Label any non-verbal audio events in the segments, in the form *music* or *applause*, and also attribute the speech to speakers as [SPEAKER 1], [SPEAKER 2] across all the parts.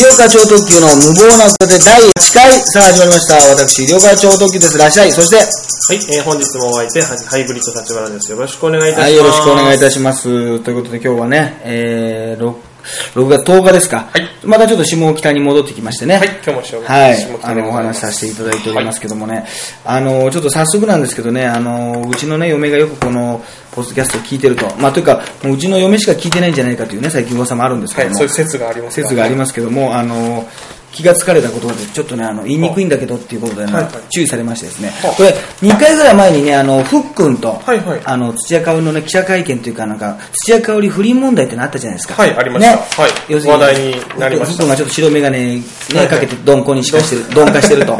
[SPEAKER 1] 両家超特急の無謀な歌で第8回さあ始まりました私両家超特急ですらっしゃいそして
[SPEAKER 2] はい、えー、本日もお相手、はハイブリッド立花です。よろしくお願いいたしま
[SPEAKER 1] は
[SPEAKER 2] す。
[SPEAKER 1] いよろしくお願いいたしますということで今日はね、えー、6, 6月10日ですか、
[SPEAKER 2] はい
[SPEAKER 1] またちょっと下北に戻ってきましてね
[SPEAKER 2] はい、今日もしよう
[SPEAKER 1] はい
[SPEAKER 2] 下、
[SPEAKER 1] あ
[SPEAKER 2] 北で
[SPEAKER 1] の
[SPEAKER 2] ご
[SPEAKER 1] お
[SPEAKER 2] ざいま
[SPEAKER 1] 話し
[SPEAKER 2] す
[SPEAKER 1] させていただいておりますけどもね、あのちょっと早速なんですけどね、あのうちの、ね、嫁がよくこのポッドキャストを聞いてると、まあ、というか、もううちの嫁しか聞いてないんじゃないかというね、最近噂もあるんですけ
[SPEAKER 2] は
[SPEAKER 1] ど
[SPEAKER 2] い、
[SPEAKER 1] も、
[SPEAKER 2] そういう説があります
[SPEAKER 1] 説があり
[SPEAKER 2] ま
[SPEAKER 1] ますけども、あの気がつかれたことで、ちょっとねあの、言いにくいんだけどっていうことで、ね
[SPEAKER 2] はいはい
[SPEAKER 1] 注意されましてですね
[SPEAKER 2] は、あ
[SPEAKER 1] これ、2回ぐらい前にね、あのふっくんと、
[SPEAKER 2] はいはい
[SPEAKER 1] あの土屋香織の、ね、記者会見というか、なんか土屋香織不倫問題ってのあったじゃないですか、
[SPEAKER 2] はいありましたはい
[SPEAKER 1] 要するに
[SPEAKER 2] 話題になりま
[SPEAKER 1] ふ
[SPEAKER 2] した
[SPEAKER 1] っくんがちょっと白眼鏡、ね
[SPEAKER 2] はいはい
[SPEAKER 1] かけて、鈍行にしかしてる、鈍化してると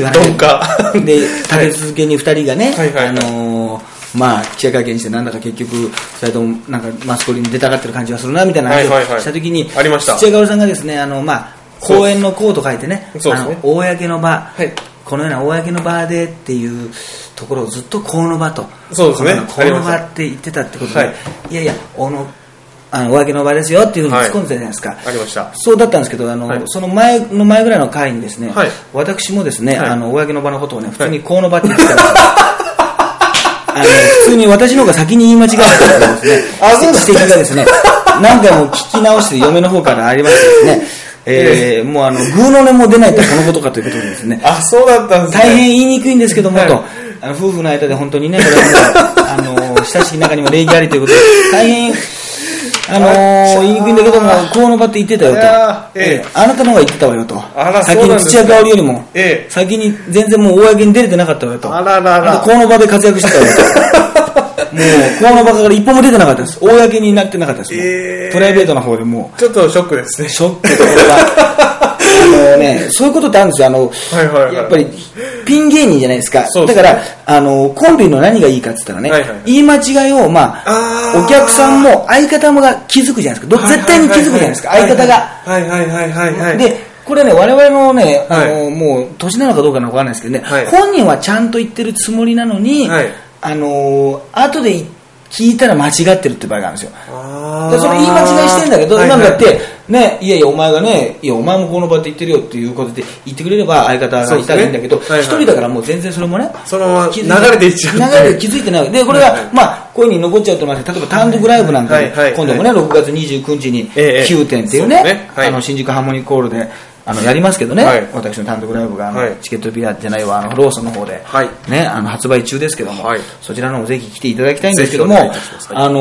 [SPEAKER 1] いう話
[SPEAKER 2] *laughs* 鈍化
[SPEAKER 1] で、
[SPEAKER 2] *laughs*
[SPEAKER 1] 立て続けに2人がね、
[SPEAKER 2] はいはいはい
[SPEAKER 1] あのーまあ、記者会見して、なんだか結局、2人ともなんかマスコミに出たがってる感じがするなみたいな話を
[SPEAKER 2] はいはいはい
[SPEAKER 1] したときに、
[SPEAKER 2] ありました
[SPEAKER 1] 土屋香織さんがですね、あのまあ、
[SPEAKER 2] そう
[SPEAKER 1] 公園のコート書いてね、
[SPEAKER 2] そうです
[SPEAKER 1] あ
[SPEAKER 2] ね
[SPEAKER 1] の公の場、
[SPEAKER 2] い
[SPEAKER 1] このような公の場でっていうところをずっと公の場と、
[SPEAKER 2] そうですね
[SPEAKER 1] このような公の場って言ってたってことで、
[SPEAKER 2] あ
[SPEAKER 1] い
[SPEAKER 2] りまし、
[SPEAKER 1] やいや、おのあの公の場ですよっていうふうに突っ込んでたじゃないですか。
[SPEAKER 2] す。ありました。
[SPEAKER 1] そうだったんですけど、あの、
[SPEAKER 2] はい
[SPEAKER 1] その前の前ぐらいの回にですね、
[SPEAKER 2] はい
[SPEAKER 1] 私もですね、
[SPEAKER 2] はい
[SPEAKER 1] あの、公の場のことをね、普通に公の場って言ってたんですよあの、普通に私の方が先に言い間違えたんですね、
[SPEAKER 2] *laughs* あそうだ
[SPEAKER 1] 指摘がですね、何回も聞き直して嫁の方からありましてですね、えー、もうあの、偶の音も出ないとはこのことかということでですね、
[SPEAKER 2] あ、そうだったんですね。
[SPEAKER 1] 大変言いにくいんですけども、
[SPEAKER 2] はい
[SPEAKER 1] とあの夫婦の間で本当にね、これはねあの親しき中にも礼儀ありという
[SPEAKER 2] *laughs*
[SPEAKER 1] ことで、大変、あのー言いにくいんだけども、こうの場って言ってたよ
[SPEAKER 2] いや
[SPEAKER 1] と、
[SPEAKER 2] ーええ
[SPEAKER 1] あなたの方が言ってたわよと
[SPEAKER 2] あ、ら
[SPEAKER 1] 先
[SPEAKER 2] そうなん
[SPEAKER 1] に
[SPEAKER 2] です
[SPEAKER 1] 土屋
[SPEAKER 2] か
[SPEAKER 1] 香織よりも、
[SPEAKER 2] ええ
[SPEAKER 1] 先に全然もう公に出れてなかったわよと、
[SPEAKER 2] あららら
[SPEAKER 1] あんたこうの場で活躍してたわよ
[SPEAKER 2] *laughs*
[SPEAKER 1] と。もう、こうの場から一歩も出てなかったです。公になってなかったです。もう
[SPEAKER 2] ええ
[SPEAKER 1] プライベートの方でもう、
[SPEAKER 2] ちょっとショックですね。
[SPEAKER 1] ショックとか、あのね、そういうことってあるんですよ。あの、
[SPEAKER 2] いはいはい
[SPEAKER 1] やっぱり、ピン芸人じゃないですか。
[SPEAKER 2] そうで
[SPEAKER 1] だ
[SPEAKER 2] す
[SPEAKER 1] か
[SPEAKER 2] ね
[SPEAKER 1] ら、あの、コンビの何がいいかって言ったらね、
[SPEAKER 2] はいはい
[SPEAKER 1] 言い間違いを、まあ
[SPEAKER 2] あー
[SPEAKER 1] お客さんも相方もが気づくじゃないですか。ど絶対に気づくじゃないですか、相方が。
[SPEAKER 2] はいはいはいはいはい。
[SPEAKER 1] で、これね、我々のね、あの、
[SPEAKER 2] は
[SPEAKER 1] もう、年なのかどうかのわからないですけどね、
[SPEAKER 2] はい
[SPEAKER 1] 本人はちゃんと言ってるつもりなのに、
[SPEAKER 2] はい
[SPEAKER 1] あの、後で聞いたら間違ってるって場合があるんですよ。
[SPEAKER 2] あ
[SPEAKER 1] でそれ言い間違いしてんだけど、
[SPEAKER 2] はいは
[SPEAKER 1] 今
[SPEAKER 2] い
[SPEAKER 1] だって、ね、いやいや、お前がね、いや、お前もこの場って言ってるよっていうことで言ってくれれば相方がいたらいいんだけど、
[SPEAKER 2] そう
[SPEAKER 1] 一、
[SPEAKER 2] ですねはいはい
[SPEAKER 1] 人だからもう全然それもね、
[SPEAKER 2] そのまま
[SPEAKER 1] 気づ
[SPEAKER 2] 流
[SPEAKER 1] いな
[SPEAKER 2] れていっちゃう。
[SPEAKER 1] 流れて気づいてない。で、これ
[SPEAKER 2] はいは
[SPEAKER 1] が
[SPEAKER 2] い、
[SPEAKER 1] まあ、こういうふうに残っちゃうと思いますけど例えば単独ライブなんか
[SPEAKER 2] はいはいは
[SPEAKER 1] で、
[SPEAKER 2] い
[SPEAKER 1] 今度もね、6月29日に
[SPEAKER 2] ええ
[SPEAKER 1] 9点っていう
[SPEAKER 2] そうで
[SPEAKER 1] ね
[SPEAKER 2] すね、はい
[SPEAKER 1] あの、新宿ハーモニーコールで、あの、やりますけどね
[SPEAKER 2] はい、
[SPEAKER 1] 私の単独ライブが、あ
[SPEAKER 2] は
[SPEAKER 1] の
[SPEAKER 2] い、
[SPEAKER 1] チケットビアじゃないわ、あの、ローソンの方で
[SPEAKER 2] はい、
[SPEAKER 1] ね、あの、発売中ですけども
[SPEAKER 2] はい、
[SPEAKER 1] そちらの方もぜひ来ていただきたいんですけども
[SPEAKER 2] ぜひお願いいたします、はい
[SPEAKER 1] あの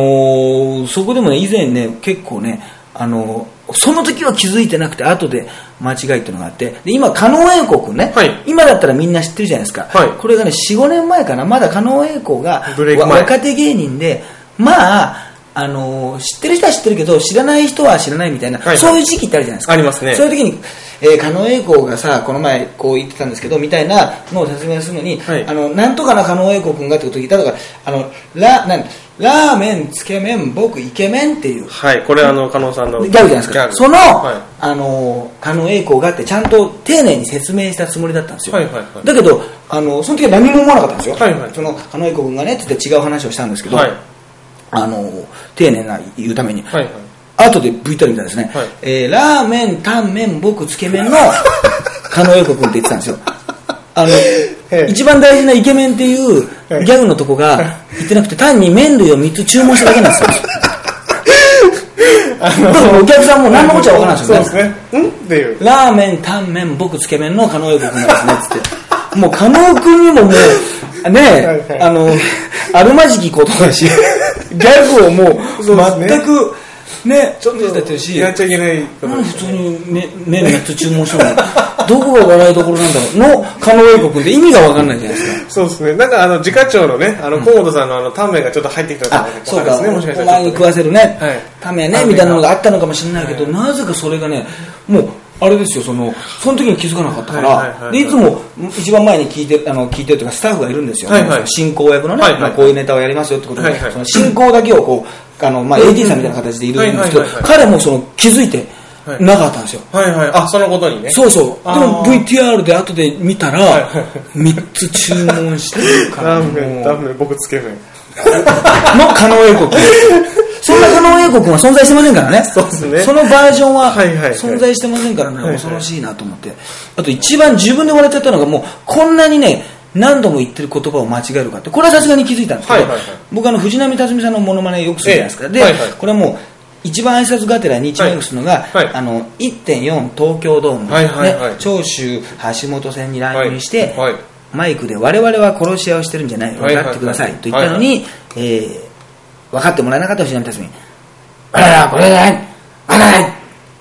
[SPEAKER 1] ーそこでもね、以前ね、結構ね、あのーその時は気づいてなくて、後で間違いっていうのがあって、で今、加納英孝君ね、
[SPEAKER 2] はい
[SPEAKER 1] 今だったらみんな知ってるじゃないですか、
[SPEAKER 2] はい
[SPEAKER 1] これがね、4、5年前かな、まだ加納英孝が
[SPEAKER 2] ブレイク
[SPEAKER 1] わ
[SPEAKER 2] 前
[SPEAKER 1] 若手芸人で、まあ、あのー知ってる人は知ってるけど、知らない人は知らないみたいな、
[SPEAKER 2] はいはい
[SPEAKER 1] そういう時期ってあるじゃないですか。
[SPEAKER 2] ありますね
[SPEAKER 1] そういう時に、えー、加納英孝がさ、この前こう言ってたんですけど、みたいなのを説明するのに、
[SPEAKER 2] はい
[SPEAKER 1] あの、なんとかな加納英孝君がってことを聞いたとから、あの、ラ、なんラーメン、つけ麺、僕、イケメンっていう、
[SPEAKER 2] はい、これあの、加納さんの。
[SPEAKER 1] ギャグじゃないです
[SPEAKER 2] ギャ
[SPEAKER 1] か。
[SPEAKER 2] グ
[SPEAKER 1] その、
[SPEAKER 2] は
[SPEAKER 1] あの、加納栄光があって、ちゃんと丁寧に説明したつもりだったんですよ。
[SPEAKER 2] はいはいはい
[SPEAKER 1] だけど、あの、その時は何も思わなかったんですよ。
[SPEAKER 2] はいはい
[SPEAKER 1] その、加納栄光君がね、って言って違う話をしたんですけ
[SPEAKER 2] い。
[SPEAKER 1] ど、
[SPEAKER 2] はい。
[SPEAKER 1] あの、丁寧な言うために、
[SPEAKER 2] はいはい。
[SPEAKER 1] 後で VTR みたいですね、
[SPEAKER 2] はい
[SPEAKER 1] えーラーメン、タンメン、僕、つけ麺の
[SPEAKER 2] *laughs*
[SPEAKER 1] 加納栄子君って言ってたんですよ。あの
[SPEAKER 2] え
[SPEAKER 1] 一番大事なイケメンっていう
[SPEAKER 2] はい
[SPEAKER 1] ギャグのとこが言ってなくて単に麺類を3つ注文しただけなん
[SPEAKER 2] *laughs*
[SPEAKER 1] ですよだ *laughs* からお客さんも何のこっちゃ分からないですよね
[SPEAKER 2] そうですね。んっていう。
[SPEAKER 1] ラーメン、タンメン、僕、つけ麺の加納英孝君がですね、つって。 *laughs* もう、加納君にももう、ねえ、
[SPEAKER 2] はいはい
[SPEAKER 1] あの、あるまじきこと
[SPEAKER 2] *laughs*
[SPEAKER 1] だし、ギャグをもう、
[SPEAKER 2] そうですね
[SPEAKER 1] 全く、ね、ちょっとだってるし、
[SPEAKER 2] やっちゃいけないと思
[SPEAKER 1] な
[SPEAKER 2] うん
[SPEAKER 1] で普通にめ麺3つ注文したのにどこが笑いどころなんだろうの、加納英孝君って意味がわかんないじゃないですか。
[SPEAKER 2] そうですね。なんかあの、自家長のね、あの、河本さんのあの、タンメンがちょっと入ってきたと
[SPEAKER 1] あ
[SPEAKER 2] 思うんで
[SPEAKER 1] そうか、
[SPEAKER 2] わんないですね、もしかした
[SPEAKER 1] お
[SPEAKER 2] ら
[SPEAKER 1] 前
[SPEAKER 2] ち
[SPEAKER 1] に
[SPEAKER 2] ょっと
[SPEAKER 1] 食
[SPEAKER 2] ね。
[SPEAKER 1] わせるね
[SPEAKER 2] はい、
[SPEAKER 1] ためね
[SPEAKER 2] ためが
[SPEAKER 1] みたいなのがあったのかもしれないけど、なぜかそれがね、もう、あれですよ、その、その時に気づかなかったか
[SPEAKER 2] はいはいはい
[SPEAKER 1] ら、
[SPEAKER 2] はい
[SPEAKER 1] でいつも一番前に聞いて、あの聞いてるというか、スタッフがいるんですよ、
[SPEAKER 2] はいはい
[SPEAKER 1] 進行役のね、
[SPEAKER 2] はいはい
[SPEAKER 1] まあこういうネタをやりますよってことで、
[SPEAKER 2] はいはい
[SPEAKER 1] その進行だけをこう、あのまあ、AD さんみたいな形でいるんですけど、
[SPEAKER 2] はいはいはいはい
[SPEAKER 1] 彼もその気づいて、
[SPEAKER 2] はい
[SPEAKER 1] なかったんですよ。
[SPEAKER 2] はいはい。あ、そのことにね。
[SPEAKER 1] そうそう。でも
[SPEAKER 2] あー
[SPEAKER 1] VTR で後で見た
[SPEAKER 2] はい
[SPEAKER 1] ら、3つ注文してるから、
[SPEAKER 2] *laughs* ダ
[SPEAKER 1] もう
[SPEAKER 2] メ、ダメ、僕つけ麺。
[SPEAKER 1] の狩野英孝君。そんな狩野英孝君は存在してませんからね。
[SPEAKER 2] そうですね
[SPEAKER 1] そのバージョンは
[SPEAKER 2] はいはいはい
[SPEAKER 1] 存在してませんからね、
[SPEAKER 2] いはい
[SPEAKER 1] 恐ろしいなと思って。あと一番自分で笑っちゃったのが、もうこんなにね、何度も言ってる言葉を間違えるかって、これはさすがに気づいたんですけど、
[SPEAKER 2] はいはいはい
[SPEAKER 1] 僕あの藤波辰巳さんのモノマネよくするじゃないですか。
[SPEAKER 2] ええ
[SPEAKER 1] で、
[SPEAKER 2] はいはい
[SPEAKER 1] これはもう、一番挨拶がてらに一番よくするのが、
[SPEAKER 2] はいはい
[SPEAKER 1] あの1.4東京ドーム、
[SPEAKER 2] はいはいはい
[SPEAKER 1] ね、長州橋本線に乱入して、
[SPEAKER 2] はいはい
[SPEAKER 1] マイクで我々は殺し合いをしてるんじゃない
[SPEAKER 2] はい
[SPEAKER 1] 分
[SPEAKER 2] は
[SPEAKER 1] か
[SPEAKER 2] いは
[SPEAKER 1] っ
[SPEAKER 2] い
[SPEAKER 1] てくださいと言ったのに、えー分かってもらえなかった藤波辰巳あららこれじゃないあららっ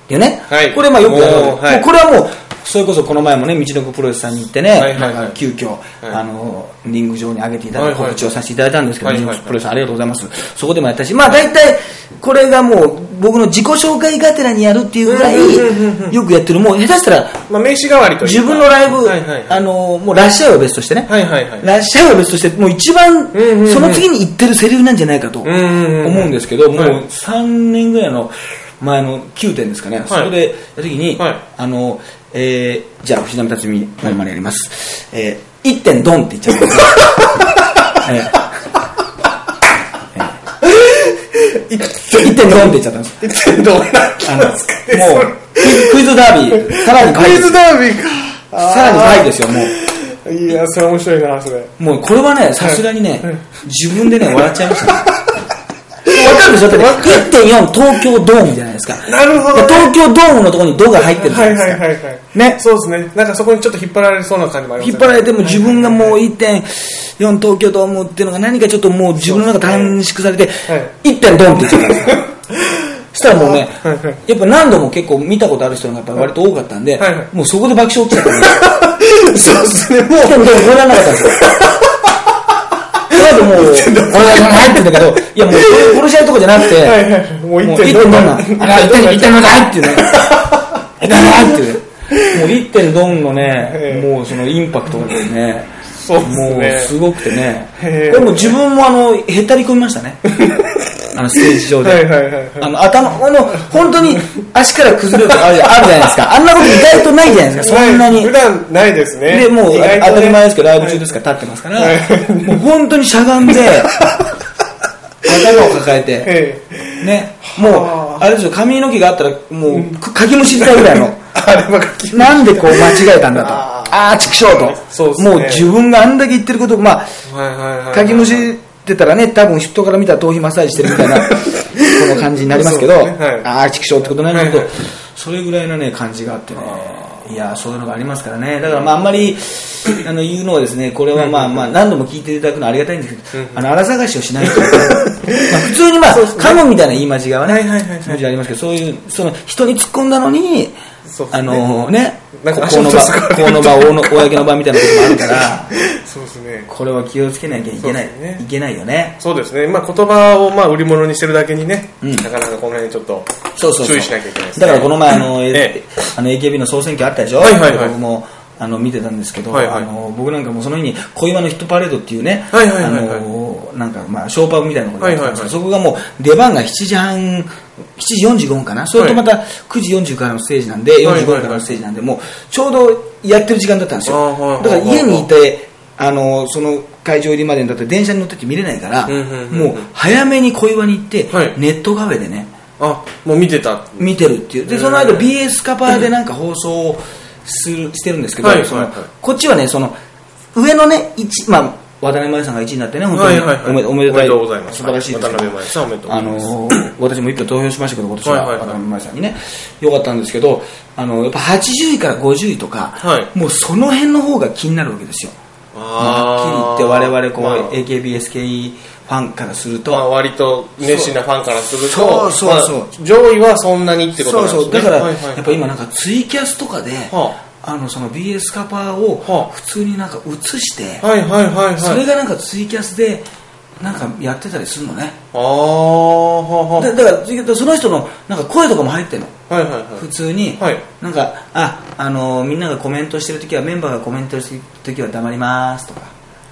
[SPEAKER 1] ていうね、
[SPEAKER 2] はい
[SPEAKER 1] これまあよくある
[SPEAKER 2] もうはい
[SPEAKER 1] もうこれはもうそれこそこの前もね道の子プロレスさんに行ってね、
[SPEAKER 2] はいはいはい
[SPEAKER 1] なんか急遽、あのリング上に上げていただ
[SPEAKER 2] はいい
[SPEAKER 1] て
[SPEAKER 2] はい
[SPEAKER 1] 告知をさせていただいたんですけど、
[SPEAKER 2] はい
[SPEAKER 1] 道
[SPEAKER 2] はい
[SPEAKER 1] の
[SPEAKER 2] はい
[SPEAKER 1] 子プロレスありがとうございますそこでもやったしまあ大体これがもう僕の自己紹介がてらにやるっていうぐらいよくやってるもう下手したら
[SPEAKER 2] まあ、名刺代わりというか
[SPEAKER 1] 自分のライブ、
[SPEAKER 2] はいはいはい。
[SPEAKER 1] あのもうラッシャーは別としてね、
[SPEAKER 2] はいはいはい。
[SPEAKER 1] ラッシャーは別としてもう一番
[SPEAKER 2] うんうんうん
[SPEAKER 1] その次に言ってるセリフなんじゃないかと思
[SPEAKER 2] んうんうん
[SPEAKER 1] うんですけど、もう
[SPEAKER 2] はい
[SPEAKER 1] 3年ぐらいの前の9点ですかね、そこでやった時に、
[SPEAKER 2] はい
[SPEAKER 1] あのえーじゃあ藤波辰巳までまでやります、えー、1点ドンって言っちゃうんですよ *laughs* えー1点ドンって言っ
[SPEAKER 2] *laughs*
[SPEAKER 1] ちゃったんですよ
[SPEAKER 2] どうなった
[SPEAKER 1] あ
[SPEAKER 2] *laughs* ん
[SPEAKER 1] の
[SPEAKER 2] ですかね、
[SPEAKER 1] もうクイズクイズダービーさらに
[SPEAKER 2] それク
[SPEAKER 1] 倍
[SPEAKER 2] イ
[SPEAKER 1] で
[SPEAKER 2] ズ
[SPEAKER 1] す
[SPEAKER 2] ダービーか。
[SPEAKER 1] さらに倍ですよもう
[SPEAKER 2] あーいや、それ面白いな、それ。
[SPEAKER 1] もうこれはね、さすがにね、自分でね、笑っちゃいましたね。わかるでしょだ
[SPEAKER 2] わ
[SPEAKER 1] っ
[SPEAKER 2] か
[SPEAKER 1] て1.4東京ドームじゃないですか。
[SPEAKER 2] なるほどね
[SPEAKER 1] 東京ドームのところにドが入ってるじ
[SPEAKER 2] は
[SPEAKER 1] ゃ
[SPEAKER 2] い
[SPEAKER 1] な
[SPEAKER 2] はいい
[SPEAKER 1] で
[SPEAKER 2] はいはい。
[SPEAKER 1] すか。ね。
[SPEAKER 2] そうですね。なんかそこにちょっと引っ張られそうな感じもあります
[SPEAKER 1] 引っ
[SPEAKER 2] ね
[SPEAKER 1] 張られても自分がもう1.4東京ドームっていうのが何かちょっともう自分の中短縮されて、1点ドンって言ってたん
[SPEAKER 2] *laughs*
[SPEAKER 1] ですよ。そしたらもうね
[SPEAKER 2] はいはい、
[SPEAKER 1] やっぱ何度も結構見たことある人がやっぱ割と多かったんで
[SPEAKER 2] はいはい、
[SPEAKER 1] もうそこで爆笑起きちゃったんですよ
[SPEAKER 2] *laughs* そうですね、も
[SPEAKER 1] でも、でも、これはなかったんですよ。それだとも
[SPEAKER 2] *laughs*
[SPEAKER 1] う、俺は入ってんだけど、いやもう、殺し合いとこじゃなくて、
[SPEAKER 2] う、はいはい。もう
[SPEAKER 1] もう
[SPEAKER 2] 1.5
[SPEAKER 1] 1.4な
[SPEAKER 2] な
[SPEAKER 1] あ、1点、1点まで入っていうね。1点入っていうね。もう1点ドンのね
[SPEAKER 2] え、え
[SPEAKER 1] もうそのインパクトがですね、
[SPEAKER 2] そうですね
[SPEAKER 1] もうすごくてね、
[SPEAKER 2] へえ
[SPEAKER 1] でも自分もあの、へったり込みました
[SPEAKER 2] *laughs*
[SPEAKER 1] ね。あの、ステージ上で。
[SPEAKER 2] *laughs* はいはいはいはい。
[SPEAKER 1] あの頭、あの、本当に足から崩れるとかあるじゃあるじゃないですか。あんなこと意外とないじゃないですか、 *laughs* そんなに
[SPEAKER 2] 普。段ないですね。
[SPEAKER 1] で、もう、
[SPEAKER 2] 意
[SPEAKER 1] 当
[SPEAKER 2] 外とね
[SPEAKER 1] たり前ですけど、ライブ中ですから立ってますから
[SPEAKER 2] はい、
[SPEAKER 1] もう本当にしゃ
[SPEAKER 2] *laughs*
[SPEAKER 1] がんで、頭を抱えて、
[SPEAKER 2] ええ
[SPEAKER 1] ね、もう
[SPEAKER 2] は、
[SPEAKER 1] あれですよ、髪の毛があったら、もう、かかきむしりたいぐらいの、
[SPEAKER 2] *laughs* あれは書き
[SPEAKER 1] なんでこう間違えたんだと、
[SPEAKER 2] あ
[SPEAKER 1] あー、ちくしょう
[SPEAKER 2] そうっ
[SPEAKER 1] と、
[SPEAKER 2] すね
[SPEAKER 1] もう自分があんだけ言ってること、まあ、
[SPEAKER 2] はいはいはい。
[SPEAKER 1] かきむしってたらね、多分人から見たら頭皮マッサージしてるみたいな、
[SPEAKER 2] *laughs*
[SPEAKER 1] この感じになりますけど、
[SPEAKER 2] そうですねはい
[SPEAKER 1] あー、ちくしょうってことになるけ
[SPEAKER 2] は
[SPEAKER 1] ど
[SPEAKER 2] いはい、
[SPEAKER 1] それぐらいのね、感じがあってね。いやーそういうのがありますからね、だからまああんまりあの言うのはですね、これはまあまあ何度も聞いていただくのはありがたいんですけど、あの荒探しをしないと、ま
[SPEAKER 2] *laughs*
[SPEAKER 1] あ普通にまあ、カモみたいな言い間違いはね、
[SPEAKER 2] はいはいはいはい
[SPEAKER 1] もちろんありますけど、そういうその人に突っ込んだのに
[SPEAKER 2] そう、ですね
[SPEAKER 1] あのね、こ
[SPEAKER 2] なんか
[SPEAKER 1] この
[SPEAKER 2] *laughs*
[SPEAKER 1] 場、
[SPEAKER 2] 足元
[SPEAKER 1] この場、公の公の場みたいなこともあるから。
[SPEAKER 2] そうですね。
[SPEAKER 1] これは気をつけなきゃいけない、
[SPEAKER 2] そうですね
[SPEAKER 1] いけないよね
[SPEAKER 2] そうですね。まあ言葉をまあ売り物にしてるだけにね、
[SPEAKER 1] うん
[SPEAKER 2] なかなかこの辺ちょっと
[SPEAKER 1] そうそうそう
[SPEAKER 2] 注意しなきゃいけないですね。
[SPEAKER 1] だからこの前あの、え
[SPEAKER 2] ええ
[SPEAKER 1] あの AKB の総選挙あったでしょ、
[SPEAKER 2] はいはいはい
[SPEAKER 1] 僕もあの見てたんですけど、
[SPEAKER 2] はいはい
[SPEAKER 1] あの僕なんかもうその日に小岩のヒットパレードっていうね、
[SPEAKER 2] はいはいはいはい
[SPEAKER 1] あのなんかまあショーパブみたいなことやってたんですけど、そこがもう出番が7時半7時45分かなそれとまた9時40からのステージなんで、
[SPEAKER 2] はいはいはい
[SPEAKER 1] 45分からのステージなんでもうちょうどやってる時間だったんですよ、
[SPEAKER 2] あーはいはい
[SPEAKER 1] だから家
[SPEAKER 2] はい
[SPEAKER 1] に
[SPEAKER 2] はい
[SPEAKER 1] いてあのその会場入りまでにだって電車に乗ってって見れないから、
[SPEAKER 2] うんうんうんうん
[SPEAKER 1] もう早めに小岩に行って、
[SPEAKER 2] はい
[SPEAKER 1] ネットカフェでね
[SPEAKER 2] あ、もう見てた。
[SPEAKER 1] 見てるっていうでその間 BS カパーでなんか放送をするしてるんですけど、
[SPEAKER 2] はい
[SPEAKER 1] その
[SPEAKER 2] はいはい
[SPEAKER 1] こっちはねその上のね一まあ渡辺真由さんが1位になってね本当に
[SPEAKER 2] はいはいはい
[SPEAKER 1] おめおめでたい
[SPEAKER 2] おめでとうございます
[SPEAKER 1] 素晴らしいですけど
[SPEAKER 2] 渡辺真由さんおめでとうご
[SPEAKER 1] あ
[SPEAKER 2] ざいます
[SPEAKER 1] のー私も一票投票しましたけど今年は
[SPEAKER 2] はい
[SPEAKER 1] 渡
[SPEAKER 2] はいはい
[SPEAKER 1] 辺真由さんにねよかったんですけどあのやっぱ80位から50位とか、
[SPEAKER 2] はい
[SPEAKER 1] もうその辺の方が気になるわけですよはっきり言って我々こう、AKBSKE ファンからすると、
[SPEAKER 2] まあ割と熱心なファンからすると、
[SPEAKER 1] そうそうそう
[SPEAKER 2] まあ上位はそんなにってことなんです
[SPEAKER 1] そうそ
[SPEAKER 2] ね。
[SPEAKER 1] うだから、
[SPEAKER 2] はいはい
[SPEAKER 1] やっぱ今なんかツイキャスとかで、
[SPEAKER 2] は
[SPEAKER 1] あ、のその BS カパーを
[SPEAKER 2] はあ
[SPEAKER 1] 普通になんか映して、
[SPEAKER 2] はいはいはいはい。
[SPEAKER 1] それがなんかツイキャスでなんかやってたりするのね
[SPEAKER 2] あーはは
[SPEAKER 1] だだからツイキャスその人のなんか声とかも入ってるの
[SPEAKER 2] はいはいはい。
[SPEAKER 1] 普通に、
[SPEAKER 2] はい
[SPEAKER 1] なんかああのみんながコメントしてる時はメンバーがコメントしてる時は黙りますとか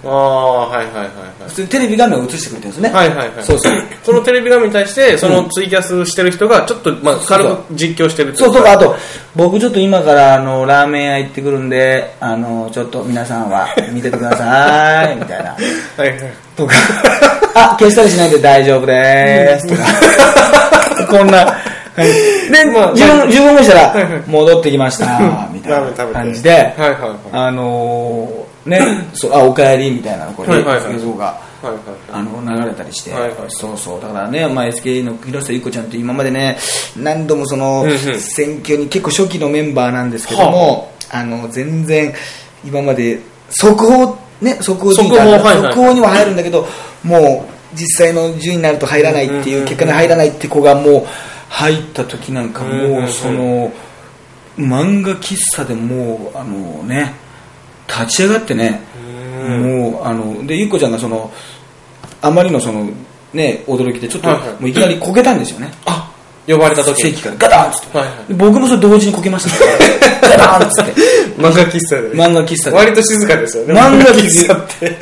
[SPEAKER 2] ああ、はいはいはいはい
[SPEAKER 1] 普。通にテレビ画面を映してくれてるんですね。
[SPEAKER 2] はいはいはい。
[SPEAKER 1] そうそう。
[SPEAKER 2] そのテレビ画面に対して、そのツイキャスしてる人が、ちょっと、まあ、
[SPEAKER 1] そう
[SPEAKER 2] 軽
[SPEAKER 1] そう
[SPEAKER 2] く実況してるって
[SPEAKER 1] そ
[SPEAKER 2] こ
[SPEAKER 1] う
[SPEAKER 2] と
[SPEAKER 1] そう、あと、僕ちょっと今からあの、ラーメン屋行ってくるんで、あの、ちょっと皆さんは見ててください、みたいな。
[SPEAKER 2] *laughs* はいはい。
[SPEAKER 1] とか、あ、消したりしないで大丈夫です、とか。こんな感じ。で、
[SPEAKER 2] まあ
[SPEAKER 1] 15分、15分した
[SPEAKER 2] はいは
[SPEAKER 1] ら
[SPEAKER 2] い、
[SPEAKER 1] 戻ってきました、みた
[SPEAKER 2] ラーメ
[SPEAKER 1] い
[SPEAKER 2] ン食べ
[SPEAKER 1] な
[SPEAKER 2] て
[SPEAKER 1] 感じで
[SPEAKER 2] はいはいはい、
[SPEAKER 1] あのー、ね、そうあ、お帰り、みたいなの、これ、
[SPEAKER 2] はいはいはい
[SPEAKER 1] 映像が。
[SPEAKER 2] はいはいはい。
[SPEAKER 1] あの流れたりして、
[SPEAKER 2] はいはい
[SPEAKER 1] そうそうだからね、まあ、SKE の広瀬優子ちゃんって今までね何度もその
[SPEAKER 2] うんうん
[SPEAKER 1] 選挙に結構初期のメンバーなんですけども、あの全然今まで速報ね速報順位があるから
[SPEAKER 2] 速報はいはい
[SPEAKER 1] 速報には入るんだけどもう実際の順位になると入らないっていう結果に入らないって子がもう入った時なんか
[SPEAKER 2] うんうん
[SPEAKER 1] も
[SPEAKER 2] う
[SPEAKER 1] うんその漫画喫茶でもうあのね立ち上がってね、もうあのでゆっこちゃんがそのあまりのそのね驚きでちょっと、
[SPEAKER 2] はいはい
[SPEAKER 1] もういきなりこけたんですよね
[SPEAKER 2] あ、呼ばれた時
[SPEAKER 1] 席からガタンっつって、
[SPEAKER 2] はいはい
[SPEAKER 1] で僕もそれ同時にこけま
[SPEAKER 2] *laughs*
[SPEAKER 1] したからガタンっつって
[SPEAKER 2] 漫画喫茶で。
[SPEAKER 1] 漫画喫茶で
[SPEAKER 2] 割と静かですよね。
[SPEAKER 1] 漫画喫
[SPEAKER 2] 喫
[SPEAKER 1] 茶
[SPEAKER 2] 茶って。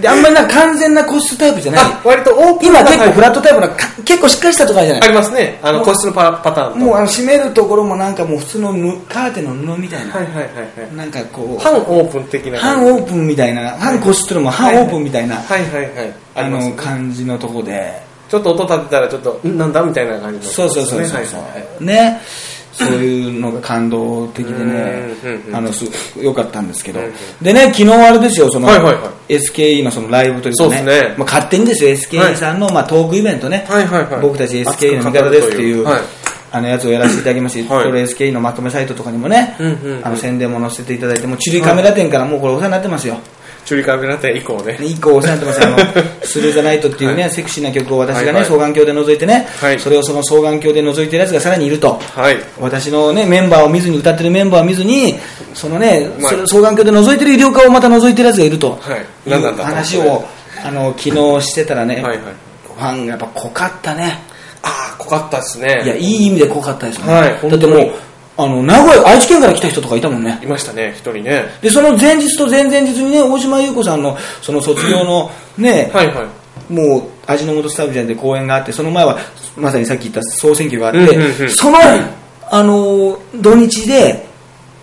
[SPEAKER 1] であんまりなんか完全な個室タイプじゃない
[SPEAKER 2] あ、割とオープン
[SPEAKER 1] 今
[SPEAKER 2] な
[SPEAKER 1] 結
[SPEAKER 2] タ
[SPEAKER 1] 構
[SPEAKER 2] イプ
[SPEAKER 1] フラットタイプなか結構しっかりしたとかじゃ
[SPEAKER 2] あ
[SPEAKER 1] ない
[SPEAKER 2] りますね。あの、個室のパパターンと。
[SPEAKER 1] もうあの閉めるところもなんかもう普通の布カーテンの布みたいな、
[SPEAKER 2] はいはいはいはい。
[SPEAKER 1] なんかこう
[SPEAKER 2] 半オープン的な
[SPEAKER 1] 半
[SPEAKER 2] 感じ。
[SPEAKER 1] オープンみたいな半個室っていうのも半オープンみたいな、
[SPEAKER 2] はいはいはい。あ
[SPEAKER 1] あ
[SPEAKER 2] ります
[SPEAKER 1] の
[SPEAKER 2] ね
[SPEAKER 1] 感じのとこで
[SPEAKER 2] ちょっと音立てたら、ちょっと、んなんだみたいな感じの。
[SPEAKER 1] そうそうそうそう
[SPEAKER 2] ですねはいはいはい
[SPEAKER 1] ねそういうのが感動的でね
[SPEAKER 2] うんうんうん
[SPEAKER 1] あのす良かったんですけど
[SPEAKER 2] うんうん
[SPEAKER 1] でね昨日あれですよその、
[SPEAKER 2] はいはいは
[SPEAKER 1] SKE のそのライブというかね
[SPEAKER 2] そうですね
[SPEAKER 1] まあ、勝手にですよ SKE さんの、まあ、トークイベントね、
[SPEAKER 2] はいはいはい
[SPEAKER 1] 僕たち SKE の味方ですっていう、
[SPEAKER 2] 熱く語るというはい
[SPEAKER 1] あのやつをやらせていただきまして、
[SPEAKER 2] はい
[SPEAKER 1] これ SKE のまとめサイトとかにもね、
[SPEAKER 2] うんうんうん
[SPEAKER 1] あの宣伝も載せていただいてもうチュリカメラ店からもうこれお世話になってますよ、
[SPEAKER 2] チュリカメラ店以降ね。
[SPEAKER 1] 一個お世話にな
[SPEAKER 2] *laughs*
[SPEAKER 1] ってますあの「スルー・ザ・ナイト」っていうね、セクシーな曲を私がね、
[SPEAKER 2] はいはい
[SPEAKER 1] 双眼鏡で覗いてね、
[SPEAKER 2] はい
[SPEAKER 1] それをその双眼鏡で覗いてるやつがさらにいると
[SPEAKER 2] はい。
[SPEAKER 1] 私のねメンバーを見ずに歌ってるメンバーを見ずにそのね、
[SPEAKER 2] まあ
[SPEAKER 1] それ双眼鏡で覗いてる医療科をまた覗いてるやつがいると、
[SPEAKER 2] はい
[SPEAKER 1] い
[SPEAKER 2] 何なん
[SPEAKER 1] う
[SPEAKER 2] だと
[SPEAKER 1] 話をあの昨日してたらね、
[SPEAKER 2] はいはい
[SPEAKER 1] ファンがやっぱ濃かったね
[SPEAKER 2] ああ、濃かったですね。
[SPEAKER 1] いやいい意味で濃かったですよね、
[SPEAKER 2] はい
[SPEAKER 1] だってもうあの名古屋愛知県から来た人とかいたもんね
[SPEAKER 2] いましたね、一人ね。
[SPEAKER 1] でその前日と前々日にね大島優子さんのその卒業のね、
[SPEAKER 2] はいはい。
[SPEAKER 1] もう味の素スタジアムで公演があってその前はまさにさっき言った総選挙があって、
[SPEAKER 2] うんうんうん
[SPEAKER 1] その、あのー土日で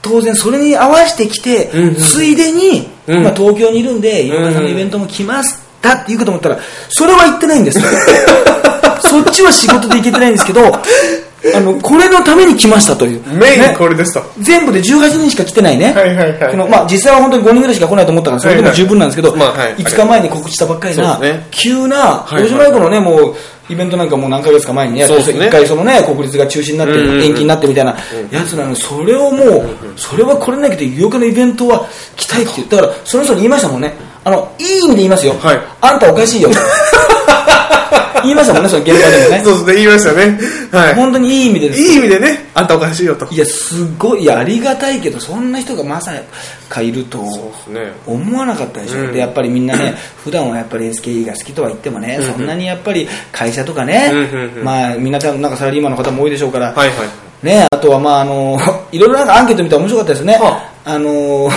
[SPEAKER 1] 当然それに合わせてきて、
[SPEAKER 2] うんうん
[SPEAKER 1] ついでに、
[SPEAKER 2] うん
[SPEAKER 1] まあ、東京にいるんで井上さんのイベントも来ますだって言うかと思ったらそれは言ってないん
[SPEAKER 2] *laughs*
[SPEAKER 1] ですよそっちは仕事で行けてないんですけどあのこれのために来ましたという
[SPEAKER 2] メイン
[SPEAKER 1] ね
[SPEAKER 2] これですと。
[SPEAKER 1] 全部で18人しか来てないね、
[SPEAKER 2] はいはいはい
[SPEAKER 1] このまあ、実際は本当に5人ぐらいしか来ないと思ったから、それでも十分なんですけど、
[SPEAKER 2] はいはいまあはい
[SPEAKER 1] 5日前に告知したばっかりな、
[SPEAKER 2] そうですね
[SPEAKER 1] 急な、
[SPEAKER 2] いはい
[SPEAKER 1] 大島愛子のね、もう、イベントなんかもう何ヶ月か前にやって、
[SPEAKER 2] そうですね
[SPEAKER 1] 一回そのね、国立が中止になって、
[SPEAKER 2] うんうんうん
[SPEAKER 1] 延期になってみたいなやつなのに、それをもう、それは来れないけど、有料のイベントは来たいって言うだから、その人に言いましたもんね、あの、いい意味で言いますよ、
[SPEAKER 2] はい
[SPEAKER 1] あんたおかし
[SPEAKER 2] *laughs*
[SPEAKER 1] いよ。言いましたもんね、その現場でもね。
[SPEAKER 2] そうですね、言いましたね。は
[SPEAKER 1] 本当にいい意味でで
[SPEAKER 2] い。
[SPEAKER 1] す
[SPEAKER 2] いい意味でね、あんたおかしいよと。
[SPEAKER 1] いや、すごい、いや、ありがたいけど、そんな人がまさかいると
[SPEAKER 2] そうですね
[SPEAKER 1] 思わなかったでしょ。
[SPEAKER 2] うん
[SPEAKER 1] で、やっぱりみんな
[SPEAKER 2] *laughs*
[SPEAKER 1] ね、普段はやっぱり SKE が好きとは言ってもね、そんなにやっぱり会社とかね
[SPEAKER 2] うんうんう、ん
[SPEAKER 1] まあ、みんな多分なんかサラリーマンの方も多いでしょうから、
[SPEAKER 2] はいはい。
[SPEAKER 1] ね、あとはまあ、あの、 *laughs* いろいろなんかアンケート見たら面白かったですね
[SPEAKER 2] は。
[SPEAKER 1] あの、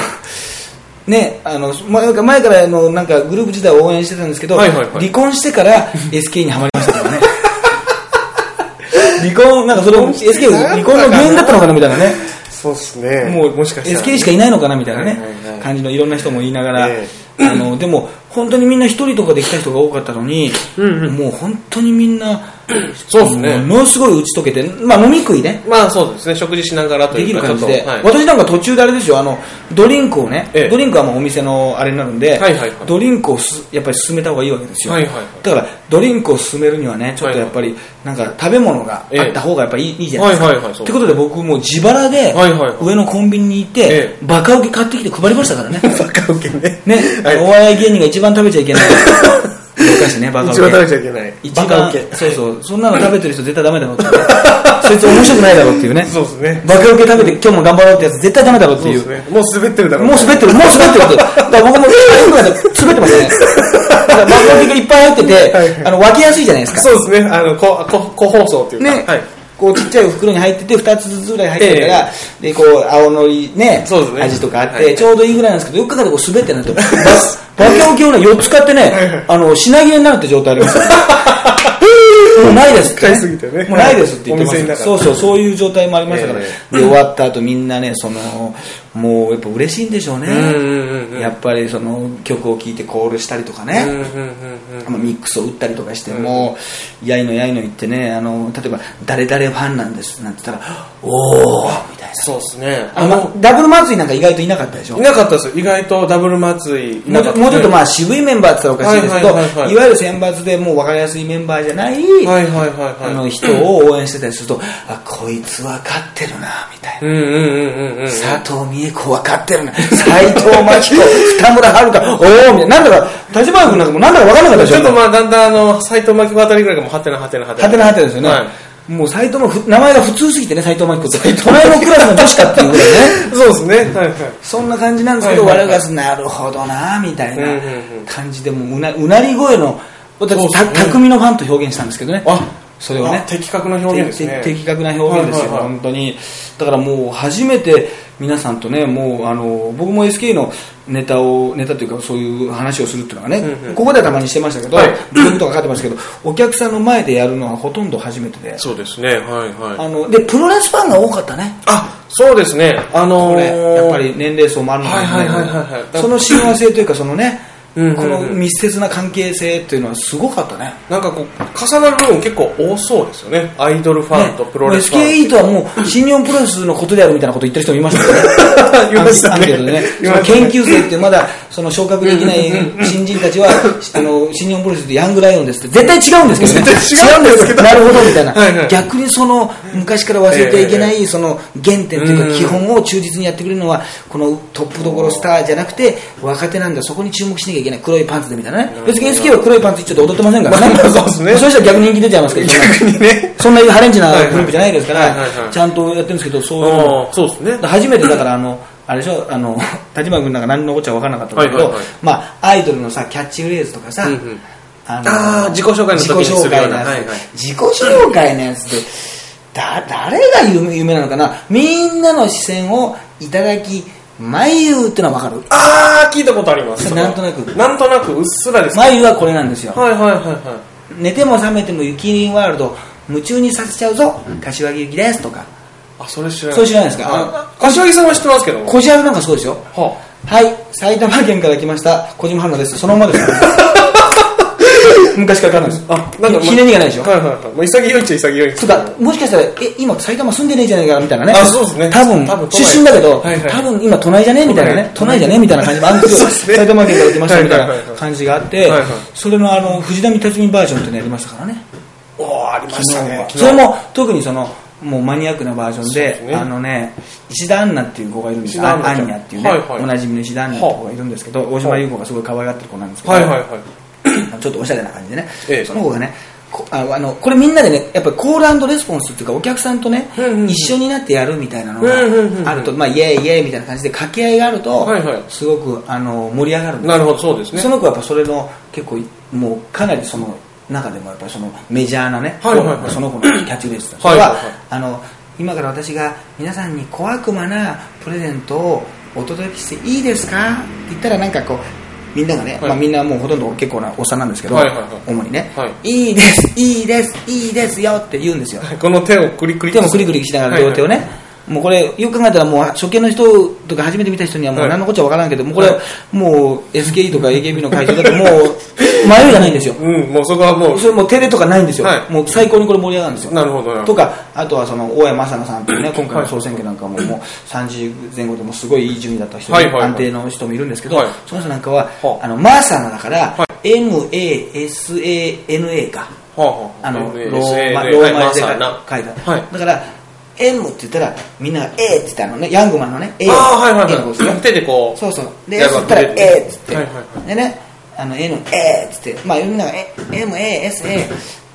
[SPEAKER 1] ね、あのまなんか前からあのなんかグループ自体を応援してたんですけど、
[SPEAKER 2] はいはいはい
[SPEAKER 1] 離婚してから SK にはまりましたから
[SPEAKER 2] *laughs*
[SPEAKER 1] ね離婚なんかそれ SK 離婚の原因だったのかなみたいなね
[SPEAKER 2] そうですね。
[SPEAKER 1] もう
[SPEAKER 2] もしかしたら、
[SPEAKER 1] SK しかいないのかなみたいな
[SPEAKER 2] はいはいは
[SPEAKER 1] ね
[SPEAKER 2] い
[SPEAKER 1] 感じのいろんな人も言いながら、
[SPEAKER 2] え
[SPEAKER 1] あのでも本当にみんな一人とかで来た人が多かったのに、
[SPEAKER 2] うんうん
[SPEAKER 1] もう本当にみんな
[SPEAKER 2] そうっすね
[SPEAKER 1] ものすごい打ち解けて、まあ、飲み食いね
[SPEAKER 2] まあそうですね、食事しながらと
[SPEAKER 1] で
[SPEAKER 2] い
[SPEAKER 1] き
[SPEAKER 2] う
[SPEAKER 1] る
[SPEAKER 2] か、ちょ
[SPEAKER 1] 感
[SPEAKER 2] っ
[SPEAKER 1] じ
[SPEAKER 2] と。
[SPEAKER 1] で、
[SPEAKER 2] はい
[SPEAKER 1] 私なんか途中であれですよあのドリンクをね、
[SPEAKER 2] ええ
[SPEAKER 1] ドリンクはまあお店のあれになるんで、
[SPEAKER 2] はいはいはい
[SPEAKER 1] ドリンクをすやっぱり進めた方がいいわけですよ、
[SPEAKER 2] はいはいはい
[SPEAKER 1] だからドリンクを進めるにはねちょっとやっぱりなんか食べ物があった方がやっぱいい,、いいじゃないですか、
[SPEAKER 2] はいはいはいそう
[SPEAKER 1] ってことで僕もう自腹で
[SPEAKER 2] はいはいはい
[SPEAKER 1] 上のコンビニに行って、
[SPEAKER 2] ええ
[SPEAKER 1] バカウケ買ってきて配りましたから
[SPEAKER 2] *laughs*
[SPEAKER 1] ね
[SPEAKER 2] バカウケね。
[SPEAKER 1] ね、
[SPEAKER 2] はい。
[SPEAKER 1] お笑い芸人が一番食べちゃいけない
[SPEAKER 2] *laughs*
[SPEAKER 1] お菓子ねバカウ
[SPEAKER 2] 一
[SPEAKER 1] ケ
[SPEAKER 2] 番食べちゃいけない。
[SPEAKER 1] 一
[SPEAKER 2] バカ
[SPEAKER 1] 番
[SPEAKER 2] ウケ。
[SPEAKER 1] そうそうそんなの食べてる人絶対ダメだろうって、
[SPEAKER 2] *laughs*
[SPEAKER 1] そいつ面白くないだろうっていうね
[SPEAKER 2] そうですね。
[SPEAKER 1] バカ受け食べて今日も頑張ろうってやつ絶対ダメだろうって
[SPEAKER 2] そう
[SPEAKER 1] い
[SPEAKER 2] で
[SPEAKER 1] う
[SPEAKER 2] すね。もう滑ってるだろ
[SPEAKER 1] もう滑ってるもう滑ってるってだから僕も *laughs* 最後まで滑ってますねだからバカ受けがいっぱい入ってて、
[SPEAKER 2] はいはい
[SPEAKER 1] あの分けやすいじゃないですか
[SPEAKER 2] そうですね、あの、ここ個包装というか。
[SPEAKER 1] ね、
[SPEAKER 2] はい。
[SPEAKER 1] こうちっちゃい袋に入ってて2つずつぐらい入ってるから、でこう青のりね
[SPEAKER 2] そうですね
[SPEAKER 1] 味とかあって、
[SPEAKER 2] はい
[SPEAKER 1] ちょうどいいぐらいなんですけどよく考えてこう滑ってな
[SPEAKER 2] *laughs*
[SPEAKER 1] ってバケオケをね4つ買ってねあの品切れになるって状態あり
[SPEAKER 2] *laughs*
[SPEAKER 1] ますよもうないですって、
[SPEAKER 2] 買いすぎてね
[SPEAKER 1] もうないですって言ってま
[SPEAKER 2] お店の
[SPEAKER 1] す
[SPEAKER 2] 中
[SPEAKER 1] そうそうそういう状態もありましたから、
[SPEAKER 2] え
[SPEAKER 1] で終わった後みんなねそのもうやっぱ嬉しいんでしょうね、
[SPEAKER 2] うんうんうんうん
[SPEAKER 1] やっぱりその曲を聴いてコールしたりとかね、
[SPEAKER 2] うんうんうんうん
[SPEAKER 1] まあミックスを打ったりとかして、もうやいのやいの言ってねあの例えば「誰々ファンなんです」なんて言ったら「おお」みたいな
[SPEAKER 2] そうですね。
[SPEAKER 1] あの、まダブル祭りなんか意外といなかったでしょ
[SPEAKER 2] いなかったですよ。意外とダブル祭り。
[SPEAKER 1] もうちょもうちょっとまあ渋いメンバーって言ったらおかしいですけど、
[SPEAKER 2] はいいはいはいはい
[SPEAKER 1] わゆる選抜でもう分かりやすいメンバーじゃない、
[SPEAKER 2] あはいはいはいはい。
[SPEAKER 1] あの人を応援してたりすると「あこいつ分かってるな」みたいな。
[SPEAKER 2] うんうんうんうんうん。
[SPEAKER 1] 佐藤美恵子分かってるな斎藤真紀子北村遥おおみたいななんだか立花君なんかもなんだか分かんなかったでし
[SPEAKER 2] ち
[SPEAKER 1] ょ
[SPEAKER 2] ょっとまあ、だんだん、あの、斎藤真希子あたりぐらいがもう、はてなはてなはてな。
[SPEAKER 1] はてなはてなですよね。
[SPEAKER 2] はい
[SPEAKER 1] もう斎藤のふ名前が普通すぎてね、斎藤真希子って。隣のクラスの女子かっていうぐらいね。
[SPEAKER 2] *laughs* そうですね。はいはい。
[SPEAKER 1] そんな感じなんですけど、
[SPEAKER 2] はいはい
[SPEAKER 1] 我
[SPEAKER 2] はい
[SPEAKER 1] 々がなるほどなみたい
[SPEAKER 2] うんうん
[SPEAKER 1] な
[SPEAKER 2] うん
[SPEAKER 1] 感じで、もううなうなり声の、
[SPEAKER 2] そう
[SPEAKER 1] 私、
[SPEAKER 2] です
[SPEAKER 1] た
[SPEAKER 2] ね
[SPEAKER 1] 匠のファンと表現したんですけどね。それをね
[SPEAKER 2] あ。的確な表現ですね
[SPEAKER 1] てて的確な表現ですよ、
[SPEAKER 2] はいはいはい
[SPEAKER 1] 本当に。だからもう初めて皆さんとね、もうあの、僕も SK のネタを、ネタというかそういう話をするっていうのがね、
[SPEAKER 2] うんうん
[SPEAKER 1] ここではたまにしてましたけど、
[SPEAKER 2] はい
[SPEAKER 1] ブログとか書いてますけど、お客さんの前でやるのはほとんど初めてで。
[SPEAKER 2] そうですね。はいはい。
[SPEAKER 1] あのでプロレスファンが多かったね、
[SPEAKER 2] あ、そうですね。あの
[SPEAKER 1] こ
[SPEAKER 2] ー、
[SPEAKER 1] れやっぱり年齢層もあるのかもしれ
[SPEAKER 2] はいはいはいはい
[SPEAKER 1] な
[SPEAKER 2] はいい
[SPEAKER 1] けどその親和性というか、そのね、
[SPEAKER 2] うんうんうん
[SPEAKER 1] この密接な関係性というのはすごかったね。
[SPEAKER 2] なんかこう、重なる部分結構多そうですよね。アイドルファンとプロレスファン。
[SPEAKER 1] ね SKE とはもう新日本プロレスのことであるみたいなこと言ってる人もいましたよね
[SPEAKER 2] *laughs* いましたね
[SPEAKER 1] アンケートでね
[SPEAKER 2] いました
[SPEAKER 1] そ
[SPEAKER 2] ね
[SPEAKER 1] の研究生ってまだその昇格できない新人たちはあの新日本プロレスってヤングライオンですって絶対違うんですけどね
[SPEAKER 2] *laughs* 絶対違うんですけど
[SPEAKER 1] なるほどみたいな、
[SPEAKER 2] はいはい
[SPEAKER 1] 逆にその昔から忘れてはいけないその原点という
[SPEAKER 2] うん
[SPEAKER 1] か基本を忠実にやってくれるのはこのトップどころスターじゃなくて若手なんだそこに注目しなきゃいけない黒いパンツでみたいなね別に SK は黒いパンツ一丁で踊ってませんから
[SPEAKER 2] *laughs*
[SPEAKER 1] ね
[SPEAKER 2] そうですね
[SPEAKER 1] そしたら逆に人気出ちゃいますけど
[SPEAKER 2] 逆にね。
[SPEAKER 1] そんなハレンチなグループじゃないですか
[SPEAKER 2] はいはいはいはいは
[SPEAKER 1] ら、
[SPEAKER 2] い
[SPEAKER 1] ちゃんとやってるんですけど、そういうの
[SPEAKER 2] ああ、そうですね。
[SPEAKER 1] 初めてだから、あの、あれでしょ、あの、 *laughs* 田島君なんか何のこっちゃ分からなかったんだけ
[SPEAKER 2] はい
[SPEAKER 1] ど
[SPEAKER 2] はいはい、
[SPEAKER 1] まあ、アイドルのさ、キャッチフレーズとかさ
[SPEAKER 2] うんうん、
[SPEAKER 1] あ
[SPEAKER 2] あー自己紹介の時に
[SPEAKER 1] 自己紹介の
[SPEAKER 2] するようなは
[SPEAKER 1] や
[SPEAKER 2] いはい
[SPEAKER 1] つ。自己紹介のやつで、だ、誰が夢夢なのかなみんなの視線をいただき、眉ってのは分かる
[SPEAKER 2] あー、聞いたことあります。
[SPEAKER 1] なんとなく
[SPEAKER 2] なんとなく、うっすらです。はい
[SPEAKER 1] 眉はこれなんですよ。
[SPEAKER 2] はいはいは
[SPEAKER 1] 寝ても覚めても雪林ワールド、夢中にさせちゃうぞ柏木由紀ですとか。
[SPEAKER 2] い。あ、それ知らない。
[SPEAKER 1] それ知らないですか
[SPEAKER 2] はい柏木さんは知ってますけども。
[SPEAKER 1] こじはるなんかそうですよ。
[SPEAKER 2] は
[SPEAKER 1] はい、埼玉県から来ました、小島春菜です。そのままです。昔から変わらない
[SPEAKER 2] あ
[SPEAKER 1] です。
[SPEAKER 2] なんかま
[SPEAKER 1] ひひねりがないでしょ。
[SPEAKER 2] はいはいはい。まあ、潔いっちゃ潔いんです
[SPEAKER 1] つう
[SPEAKER 2] けど
[SPEAKER 1] か、もしかしたら、え、今埼玉住んでねえじゃねえかみたいなね。
[SPEAKER 2] あそうですね
[SPEAKER 1] 多分、
[SPEAKER 2] 多分都内
[SPEAKER 1] 出身だけど、
[SPEAKER 2] はいはい
[SPEAKER 1] 多分今都内じゃねえみたいなね。都
[SPEAKER 2] 都
[SPEAKER 1] 内じゃねえみたいな感じもあるんです
[SPEAKER 2] *laughs* そ
[SPEAKER 1] よ。
[SPEAKER 2] うですね
[SPEAKER 1] 埼玉県から来ましたみたい
[SPEAKER 2] はいはいはい
[SPEAKER 1] な
[SPEAKER 2] はい
[SPEAKER 1] 感じがあっ
[SPEAKER 2] は
[SPEAKER 1] て
[SPEAKER 2] いはい、
[SPEAKER 1] それのあの、藤波辰巳バージョンっていうのやりましたからね。
[SPEAKER 2] おー、ありましたね。
[SPEAKER 1] それも特にそのもうマニアックなバージョン
[SPEAKER 2] そう
[SPEAKER 1] で
[SPEAKER 2] ですね
[SPEAKER 1] あのね石田アンナっていう子がいるんですよ
[SPEAKER 2] 石田アンナ
[SPEAKER 1] アンニャっていうね、
[SPEAKER 2] はいはい
[SPEAKER 1] おなじみの石田アンナっていう子がいるんですけど、大島優子がすごい可愛がってる子なんですけど、
[SPEAKER 2] はいはいはい。
[SPEAKER 1] *clears throat* ちょっとおしゃれな感じでね、
[SPEAKER 2] ええ
[SPEAKER 1] その子がねこああのこれみんなでねやっぱりコールレスポンスっていうかお客さんとね、
[SPEAKER 2] うんうんうん
[SPEAKER 1] 一緒になってやるみたいなの
[SPEAKER 2] うんうんうんうん
[SPEAKER 1] があると、まあ、イエーイイエーイみたいな感じで掛け合いがあると、
[SPEAKER 2] はいはい
[SPEAKER 1] すごくあの盛り上がるんですよ
[SPEAKER 2] なるほど、そうですね。
[SPEAKER 1] その子はやっぱそれの結構もうかなりその中でもやっぱりそのメジャーなね、
[SPEAKER 2] はいはいはい
[SPEAKER 1] その子のキャッチフレーズだった
[SPEAKER 2] はいはいはい
[SPEAKER 1] それあの今から私が皆さんに小悪魔なプレゼントをお届けしていいですかって言ったらなんかこうみんながね、
[SPEAKER 2] はい
[SPEAKER 1] まあ、みんなもうほとんど結構なおっさんなんですけど、
[SPEAKER 2] はいはいはい
[SPEAKER 1] 主にね、、
[SPEAKER 2] はい
[SPEAKER 1] いですいいですいいですよって言うんですよ
[SPEAKER 2] この手をクリクリ
[SPEAKER 1] 手もクリクリしながら両手をね、もうこれよく考えたらもう初見の人とか初めて見た人にはもう
[SPEAKER 2] はい
[SPEAKER 1] 何のこっちゃわからんけど、もうこれ
[SPEAKER 2] はい
[SPEAKER 1] もう SKE とか AKB の会場だともう *laughs* 迷いがないんですよ
[SPEAKER 2] うん、もうそこはも
[SPEAKER 1] それもう照れとかないんですよ、
[SPEAKER 2] はい
[SPEAKER 1] もう最高にこれ盛り上がるんですよ
[SPEAKER 2] う、なるほどな。
[SPEAKER 1] とかあとはその大山雅奈さんっていうね今回
[SPEAKER 2] は
[SPEAKER 1] の
[SPEAKER 2] い
[SPEAKER 1] 総選挙なんかももう30前後でもすごいいい順位だった人、
[SPEAKER 2] はいはいはい
[SPEAKER 1] 安定の人もいるんですけど、
[SPEAKER 2] はい
[SPEAKER 1] その人なんかは、
[SPEAKER 2] はあ
[SPEAKER 1] あのマーサナだから、
[SPEAKER 2] は
[SPEAKER 1] MASANA か
[SPEAKER 2] はあは
[SPEAKER 1] あのロ
[SPEAKER 2] NA
[SPEAKER 1] ーマ
[SPEAKER 2] SNA
[SPEAKER 1] ローマ字で
[SPEAKER 2] は
[SPEAKER 1] 書
[SPEAKER 2] い
[SPEAKER 1] い
[SPEAKER 2] まあ
[SPEAKER 1] た、
[SPEAKER 2] はい
[SPEAKER 1] だから M って言ったらみんなが A って言ったのねヤングマンのね A
[SPEAKER 2] ああ、はいはい
[SPEAKER 1] A のことです
[SPEAKER 2] は
[SPEAKER 1] よ
[SPEAKER 2] い。手でこう。
[SPEAKER 1] そうそうで
[SPEAKER 2] や
[SPEAKER 1] そ
[SPEAKER 2] る
[SPEAKER 1] し
[SPEAKER 2] わ
[SPEAKER 1] たら
[SPEAKER 2] 手
[SPEAKER 1] A っ
[SPEAKER 2] で
[SPEAKER 1] つって、
[SPEAKER 2] はいはいは
[SPEAKER 1] でねあの A の A っつってまあみんなが MASA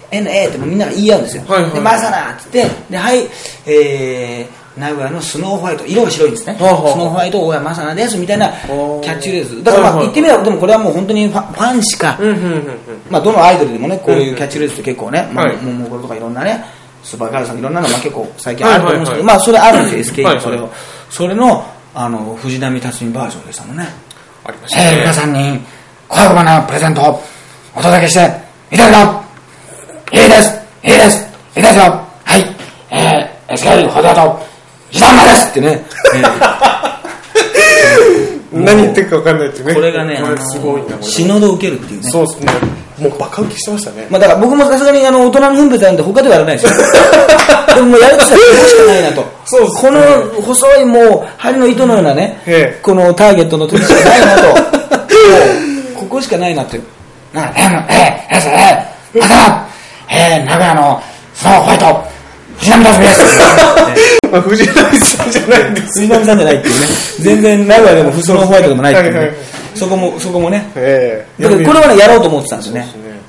[SPEAKER 1] NA ってもうみんなが言い合うんですよ、
[SPEAKER 2] はいはい
[SPEAKER 1] でまさなっつってではいえー名古屋のスノーホワイト色が白いんですね、
[SPEAKER 2] はあはあ
[SPEAKER 1] スノーホワイト大山雅奈ですみたいなキ
[SPEAKER 2] お
[SPEAKER 1] ャ
[SPEAKER 2] ー
[SPEAKER 1] ッチフレーズだからまあ
[SPEAKER 2] はいはい
[SPEAKER 1] 言ってみればでもこれはもう本当にファンファンしか
[SPEAKER 2] うんうんうんうん。
[SPEAKER 1] まあ、どのアイドルでもねこういうキャッチフレーズって結構ね、まあ
[SPEAKER 2] はい
[SPEAKER 1] ももクロとかいろんなねスーパーカラーさんいろんなのが結構最近あると思うんですけど、まあそれある
[SPEAKER 2] *coughs*
[SPEAKER 1] んですよ SKE のそれをそれのあの藤波辰巳バージョンでしたもんね
[SPEAKER 2] ありました
[SPEAKER 3] えー、皆
[SPEAKER 2] ね。
[SPEAKER 3] さんに、小悪魔なプレゼントをお届けしていただくの、いいです、いいです、いいですよ、はい、えー、SKE ホテルと、ジダンマです
[SPEAKER 1] って
[SPEAKER 2] *laughs*
[SPEAKER 1] ね、え
[SPEAKER 2] 何言ってるか分かんないってね。
[SPEAKER 1] ーこれがね
[SPEAKER 2] これすごいん
[SPEAKER 1] あ
[SPEAKER 2] だ、
[SPEAKER 1] の
[SPEAKER 2] これ。
[SPEAKER 1] 死ぬほど受けるっていうね
[SPEAKER 2] そうですね。もうバカ受けしてましたね。 *laughs*
[SPEAKER 1] まあだから僕もさすがにあの大人の分別なんで他ではやらない *laughs* ですよ。でももうやるとしたらこれしかないなと。
[SPEAKER 2] そうっすね
[SPEAKER 1] この細いもう針の糸のようなね、
[SPEAKER 2] ええ
[SPEAKER 1] このターゲットの時しかないなと。 *laughs* もうここしかないなという。
[SPEAKER 3] なえー、えー、えー、えー、また、えー、名古屋のスノーホワイト、ジダンマです。
[SPEAKER 2] あ藤波さんじゃないんです。
[SPEAKER 1] 杉並さんじゃないっていうね。全然名古屋でも普通のホワイトでもないっていうね
[SPEAKER 2] はいはい
[SPEAKER 1] そこも、そこもね。
[SPEAKER 2] ええ
[SPEAKER 1] だからこれはね、やろうと思ってたんですよね。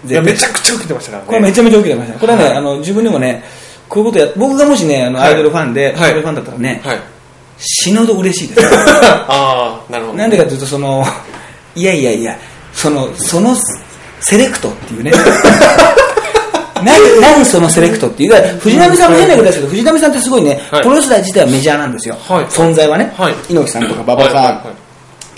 [SPEAKER 2] いや、めちゃくちゃ受けてました
[SPEAKER 1] こ
[SPEAKER 2] か
[SPEAKER 1] れ
[SPEAKER 2] らね。
[SPEAKER 1] めちゃめちゃ受けてましたね。これはね、あの自分でもね、こういうことや、僕がもしね、あの
[SPEAKER 2] はい
[SPEAKER 1] アイドルファンで、
[SPEAKER 2] は
[SPEAKER 1] ア
[SPEAKER 2] い
[SPEAKER 1] イドルファンだったらね、
[SPEAKER 2] はい。
[SPEAKER 1] 死ぬほど嬉しいです。
[SPEAKER 2] *laughs* ああ、なるほど。
[SPEAKER 1] なんでかというとそのいやいやいやそのそのセレクトって
[SPEAKER 2] *laughs*
[SPEAKER 1] いうね何何そのセレクトっていうだから藤波さんも変なことですけど藤波さんってすごいね、
[SPEAKER 2] はい
[SPEAKER 1] プロレスラー自体はメジャーなんですよ、
[SPEAKER 2] はい
[SPEAKER 1] 存在はね、
[SPEAKER 2] はい
[SPEAKER 1] 猪木さんとか馬場さん、
[SPEAKER 2] はいはいはい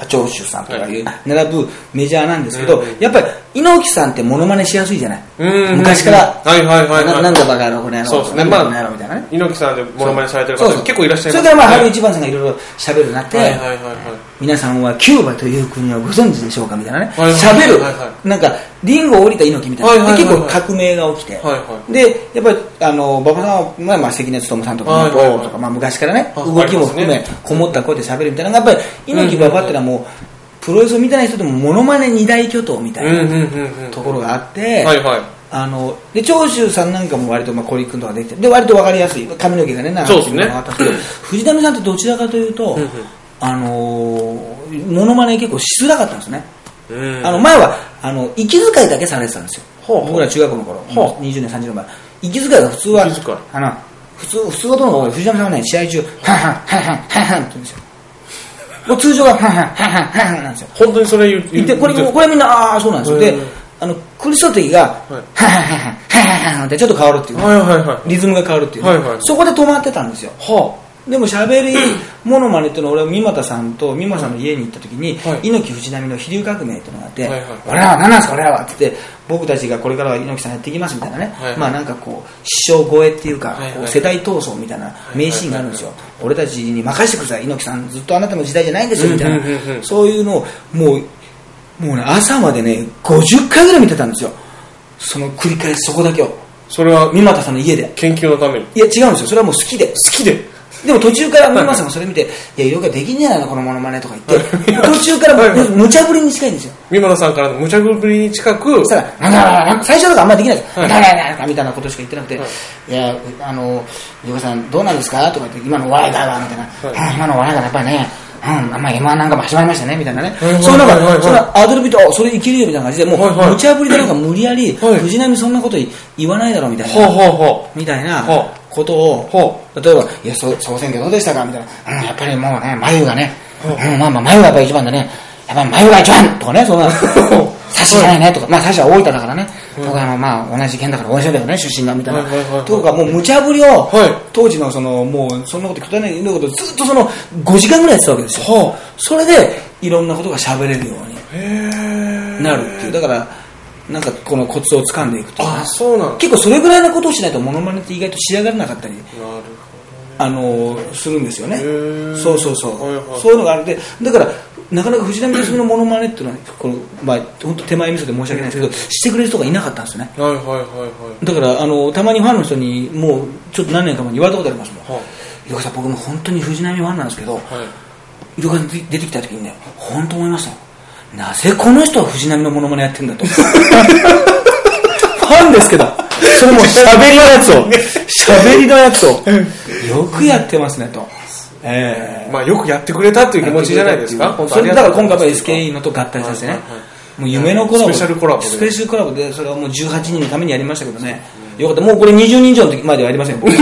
[SPEAKER 1] パ長州さんとかいう
[SPEAKER 2] は
[SPEAKER 1] 並ぶメジャーなんですけど、やっぱり猪木さんってモノマネしやすいじゃない、
[SPEAKER 2] うん
[SPEAKER 1] 昔から、
[SPEAKER 2] はいはいはいはい
[SPEAKER 1] ななんだバカ野郎この野郎
[SPEAKER 2] そうですね
[SPEAKER 1] なんだ
[SPEAKER 2] まあ
[SPEAKER 1] この野郎みたいなね
[SPEAKER 2] 猪木さんでモノマネされてる
[SPEAKER 1] そう
[SPEAKER 2] 方
[SPEAKER 1] そう
[SPEAKER 2] 結構いらっしゃいます
[SPEAKER 1] それからまあ春一番さんがいろいろ喋るようになって、
[SPEAKER 2] はいはいはいはい
[SPEAKER 1] 皆さんはキューバという国をご存知でしょうかみたいなね、
[SPEAKER 2] はいはい
[SPEAKER 1] 喋る、
[SPEAKER 2] はいは
[SPEAKER 1] なんかリンゴを降りた猪木みたいな、
[SPEAKER 2] はいはいはいはい
[SPEAKER 1] で結構革命が起きて、
[SPEAKER 2] はいはい
[SPEAKER 1] でやっぱりあの馬場さんは、まあ、まあ関根勤さんとか、
[SPEAKER 2] はいはいはい
[SPEAKER 1] ボーとかまあ、昔からね
[SPEAKER 2] あ
[SPEAKER 1] 動きも含
[SPEAKER 2] あ
[SPEAKER 1] め、
[SPEAKER 2] ります
[SPEAKER 1] こもった声で喋るみたいなのがやっぱり猪木馬場ってのはもう、プロレスを見てない人でもモノマネ二大巨頭みた
[SPEAKER 2] うんうん
[SPEAKER 1] いな
[SPEAKER 2] うんうん
[SPEAKER 1] ところがあって、
[SPEAKER 2] はいはい
[SPEAKER 1] あので長州さんなんかも割とまあ小力君とかできてで割と分かりやすい髪の毛がね長くて
[SPEAKER 2] そうですね
[SPEAKER 1] のがあったんですけど藤波さんってどちらかというと、
[SPEAKER 2] んうん
[SPEAKER 1] あのーモノマネ結構しづらかったんですね、
[SPEAKER 2] うん
[SPEAKER 1] あの前はあの息遣いだけされてたんですよ、
[SPEAKER 2] ほうほう
[SPEAKER 1] 僕ら中学の頃、
[SPEAKER 2] ほう
[SPEAKER 1] 20年30年前息遣いが普通は
[SPEAKER 2] 息遣い
[SPEAKER 1] あの普通普通のとの方が多い藤波さんはね試合中「はんはんはんはんはんはん」って言うんですよもう通常は「はんはんはんはんはんはん」なんですよ
[SPEAKER 2] 本当にそれ言う
[SPEAKER 1] でこれ
[SPEAKER 2] 言う
[SPEAKER 1] これみんなああーそうなんですよで
[SPEAKER 2] うん
[SPEAKER 1] あの苦しそうな時が「は
[SPEAKER 2] はい
[SPEAKER 1] はははは」ってちょっと変わるっていう
[SPEAKER 2] はいはいはい
[SPEAKER 1] リズムが変わるっていう、
[SPEAKER 2] はいはい
[SPEAKER 1] そこで止まってたんですよ
[SPEAKER 2] は
[SPEAKER 1] でも喋りモノマネっていうのは俺は三股さんと三股さんの家に行った時に、
[SPEAKER 2] はい
[SPEAKER 1] 猪木藤波の飛龍革命っていうのがあって「
[SPEAKER 2] はいはい
[SPEAKER 1] 俺らは何なんですか俺らは」って言って僕たちがこれからは猪木さんやっていきますみたいなね、
[SPEAKER 2] はい
[SPEAKER 1] まあなんかこう師匠超えっていうか、
[SPEAKER 2] はいはい
[SPEAKER 1] こう世代闘争みたいな名シーンがあるんですよ、俺たちに任せてください猪木さんずっとあなたの時代じゃないんですよみたいな、
[SPEAKER 2] うんうんうんうん
[SPEAKER 1] そういうのをもうもうね朝までね50回ぐらい見てたんですよその繰り返しそこだけを
[SPEAKER 2] それは
[SPEAKER 1] 三股さんの家で
[SPEAKER 2] 研究のために
[SPEAKER 1] い
[SPEAKER 2] 好
[SPEAKER 1] や違うんですよそれはもう好きで
[SPEAKER 2] きで
[SPEAKER 1] でも途中から森松さんもそれ見て「いや色ができんじゃないのこのモノマネ」とか言って途中から
[SPEAKER 2] はいはい
[SPEAKER 1] もう無茶ぶりに近いんですよ
[SPEAKER 2] 三村さんからの無茶ぶりに近く
[SPEAKER 1] そしたら「なんだなんだなんだ最初とかあんまりできないです
[SPEAKER 2] は
[SPEAKER 1] よ「
[SPEAKER 2] い
[SPEAKER 1] なんだなんだなんだ」みたいなことしか言ってなくて
[SPEAKER 2] は
[SPEAKER 1] 「
[SPEAKER 2] い
[SPEAKER 1] いやあのゆうかさんどうなんですか?」とか言って「今のお笑いだわ」みたいな「うん今のお笑いがやっぱりねうん、あんま M1 なんかも始まりましたねみたいなね、
[SPEAKER 2] はいはい
[SPEAKER 1] その中
[SPEAKER 2] はいはいはい
[SPEAKER 1] そのアドリブとあそれいけるよみたいな感じで、もう、
[SPEAKER 2] はいはい
[SPEAKER 1] 無茶ぶりでなんか無理やり、
[SPEAKER 2] はい
[SPEAKER 1] 藤波そんなこと言わないだろうみたいな、
[SPEAKER 2] ほうほうほ
[SPEAKER 1] みたいな
[SPEAKER 2] ほ
[SPEAKER 1] ことを、
[SPEAKER 2] ほ
[SPEAKER 1] 例えば、いや、そう総選挙どうでしたかみたいな、うん、やっぱりもうね、眉がね、うん、まあまあ、眉がやっぱり一番だね、やっぱり眉が一番とかね、そん
[SPEAKER 2] *laughs*
[SPEAKER 1] な、差しじゃないねとか、まあ、差しは大分だからね、僕はあのまあ、同じ県だから同じだよね、出身がみたいな
[SPEAKER 2] はいはいはいは、い
[SPEAKER 1] とか、もう無茶ぶりを、
[SPEAKER 2] はい
[SPEAKER 1] 当時のその、もう、そんなことくだらないことをずっとその、5時間ぐらいやってたわけですよ。それで、いろんなことが喋れるよう
[SPEAKER 2] うへ
[SPEAKER 1] になるっていう、だから、なんかこのコツを掴んでいくというか
[SPEAKER 2] あそうなんだ
[SPEAKER 1] 結構それぐらいのことをしないとモノマネって意外と仕上がらなかったり、
[SPEAKER 2] なる
[SPEAKER 1] あのするんですよね
[SPEAKER 2] ー
[SPEAKER 1] そうそうそう、
[SPEAKER 2] はいはい
[SPEAKER 1] そういうのがあるでだからなかなか藤波辰巳のモノマネっていうのはこの、まあ、本当手前味噌で申し訳ないですけどしてくれる人がいなかったんですよね
[SPEAKER 2] ほどはいはいはいはい
[SPEAKER 1] だからあのたまにファンの人にもうちょっと何年か前に言われたことありますもん
[SPEAKER 2] は
[SPEAKER 1] 「ゆうかさん僕も本当に藤波ファンなんですけど
[SPEAKER 2] はい
[SPEAKER 1] ゆうかさん出てきた時にね本当思いましたよなぜこの人は藤波のモノマネやってんだとファンですけどそれもう喋りのやつを喋りのやつをよくやってますねとええ
[SPEAKER 2] まあよくやってくれたという気持ちじゃないです
[SPEAKER 1] *laughs*
[SPEAKER 2] か本当
[SPEAKER 1] それだから今回は
[SPEAKER 2] あり
[SPEAKER 1] SKE のと合体させてね、
[SPEAKER 2] はいはいはい
[SPEAKER 1] もう夢のコラボ
[SPEAKER 2] スペシャルコラボで
[SPEAKER 1] スペシャルコラボでそれはもう18人のためにやりましたけどね、よかったもうこれ20人以上の時まではやりま
[SPEAKER 2] *laughs*
[SPEAKER 1] せんよ僕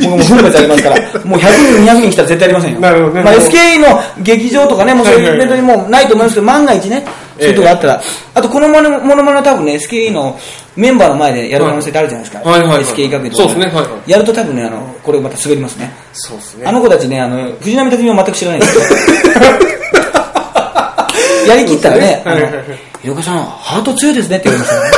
[SPEAKER 1] 僕もう含めてやりますからもう100人200人来たら絶対やりませんよ
[SPEAKER 2] なるほどね
[SPEAKER 1] まあ、SKE の劇場とかねもうそう
[SPEAKER 2] はい
[SPEAKER 1] い
[SPEAKER 2] は
[SPEAKER 1] う
[SPEAKER 2] い
[SPEAKER 1] イベントにもうないと思いますけど万が一ねそういうとこあったら、あとこのモノモノマネは多分ね SKE のメンバーの前でやる可能性ってあるじゃないですか、
[SPEAKER 2] はいはいはいはい
[SPEAKER 1] SKE 学園と
[SPEAKER 2] そう
[SPEAKER 1] か
[SPEAKER 2] ですねはいは
[SPEAKER 1] やると多分ねあのこれまた滑りますね
[SPEAKER 2] そうですね
[SPEAKER 1] あの子たちねあの藤波辰巳は全く知らないんです
[SPEAKER 2] *laughs*
[SPEAKER 1] よやりきったらね「あのひろこさんハート強いですね」って言われましたね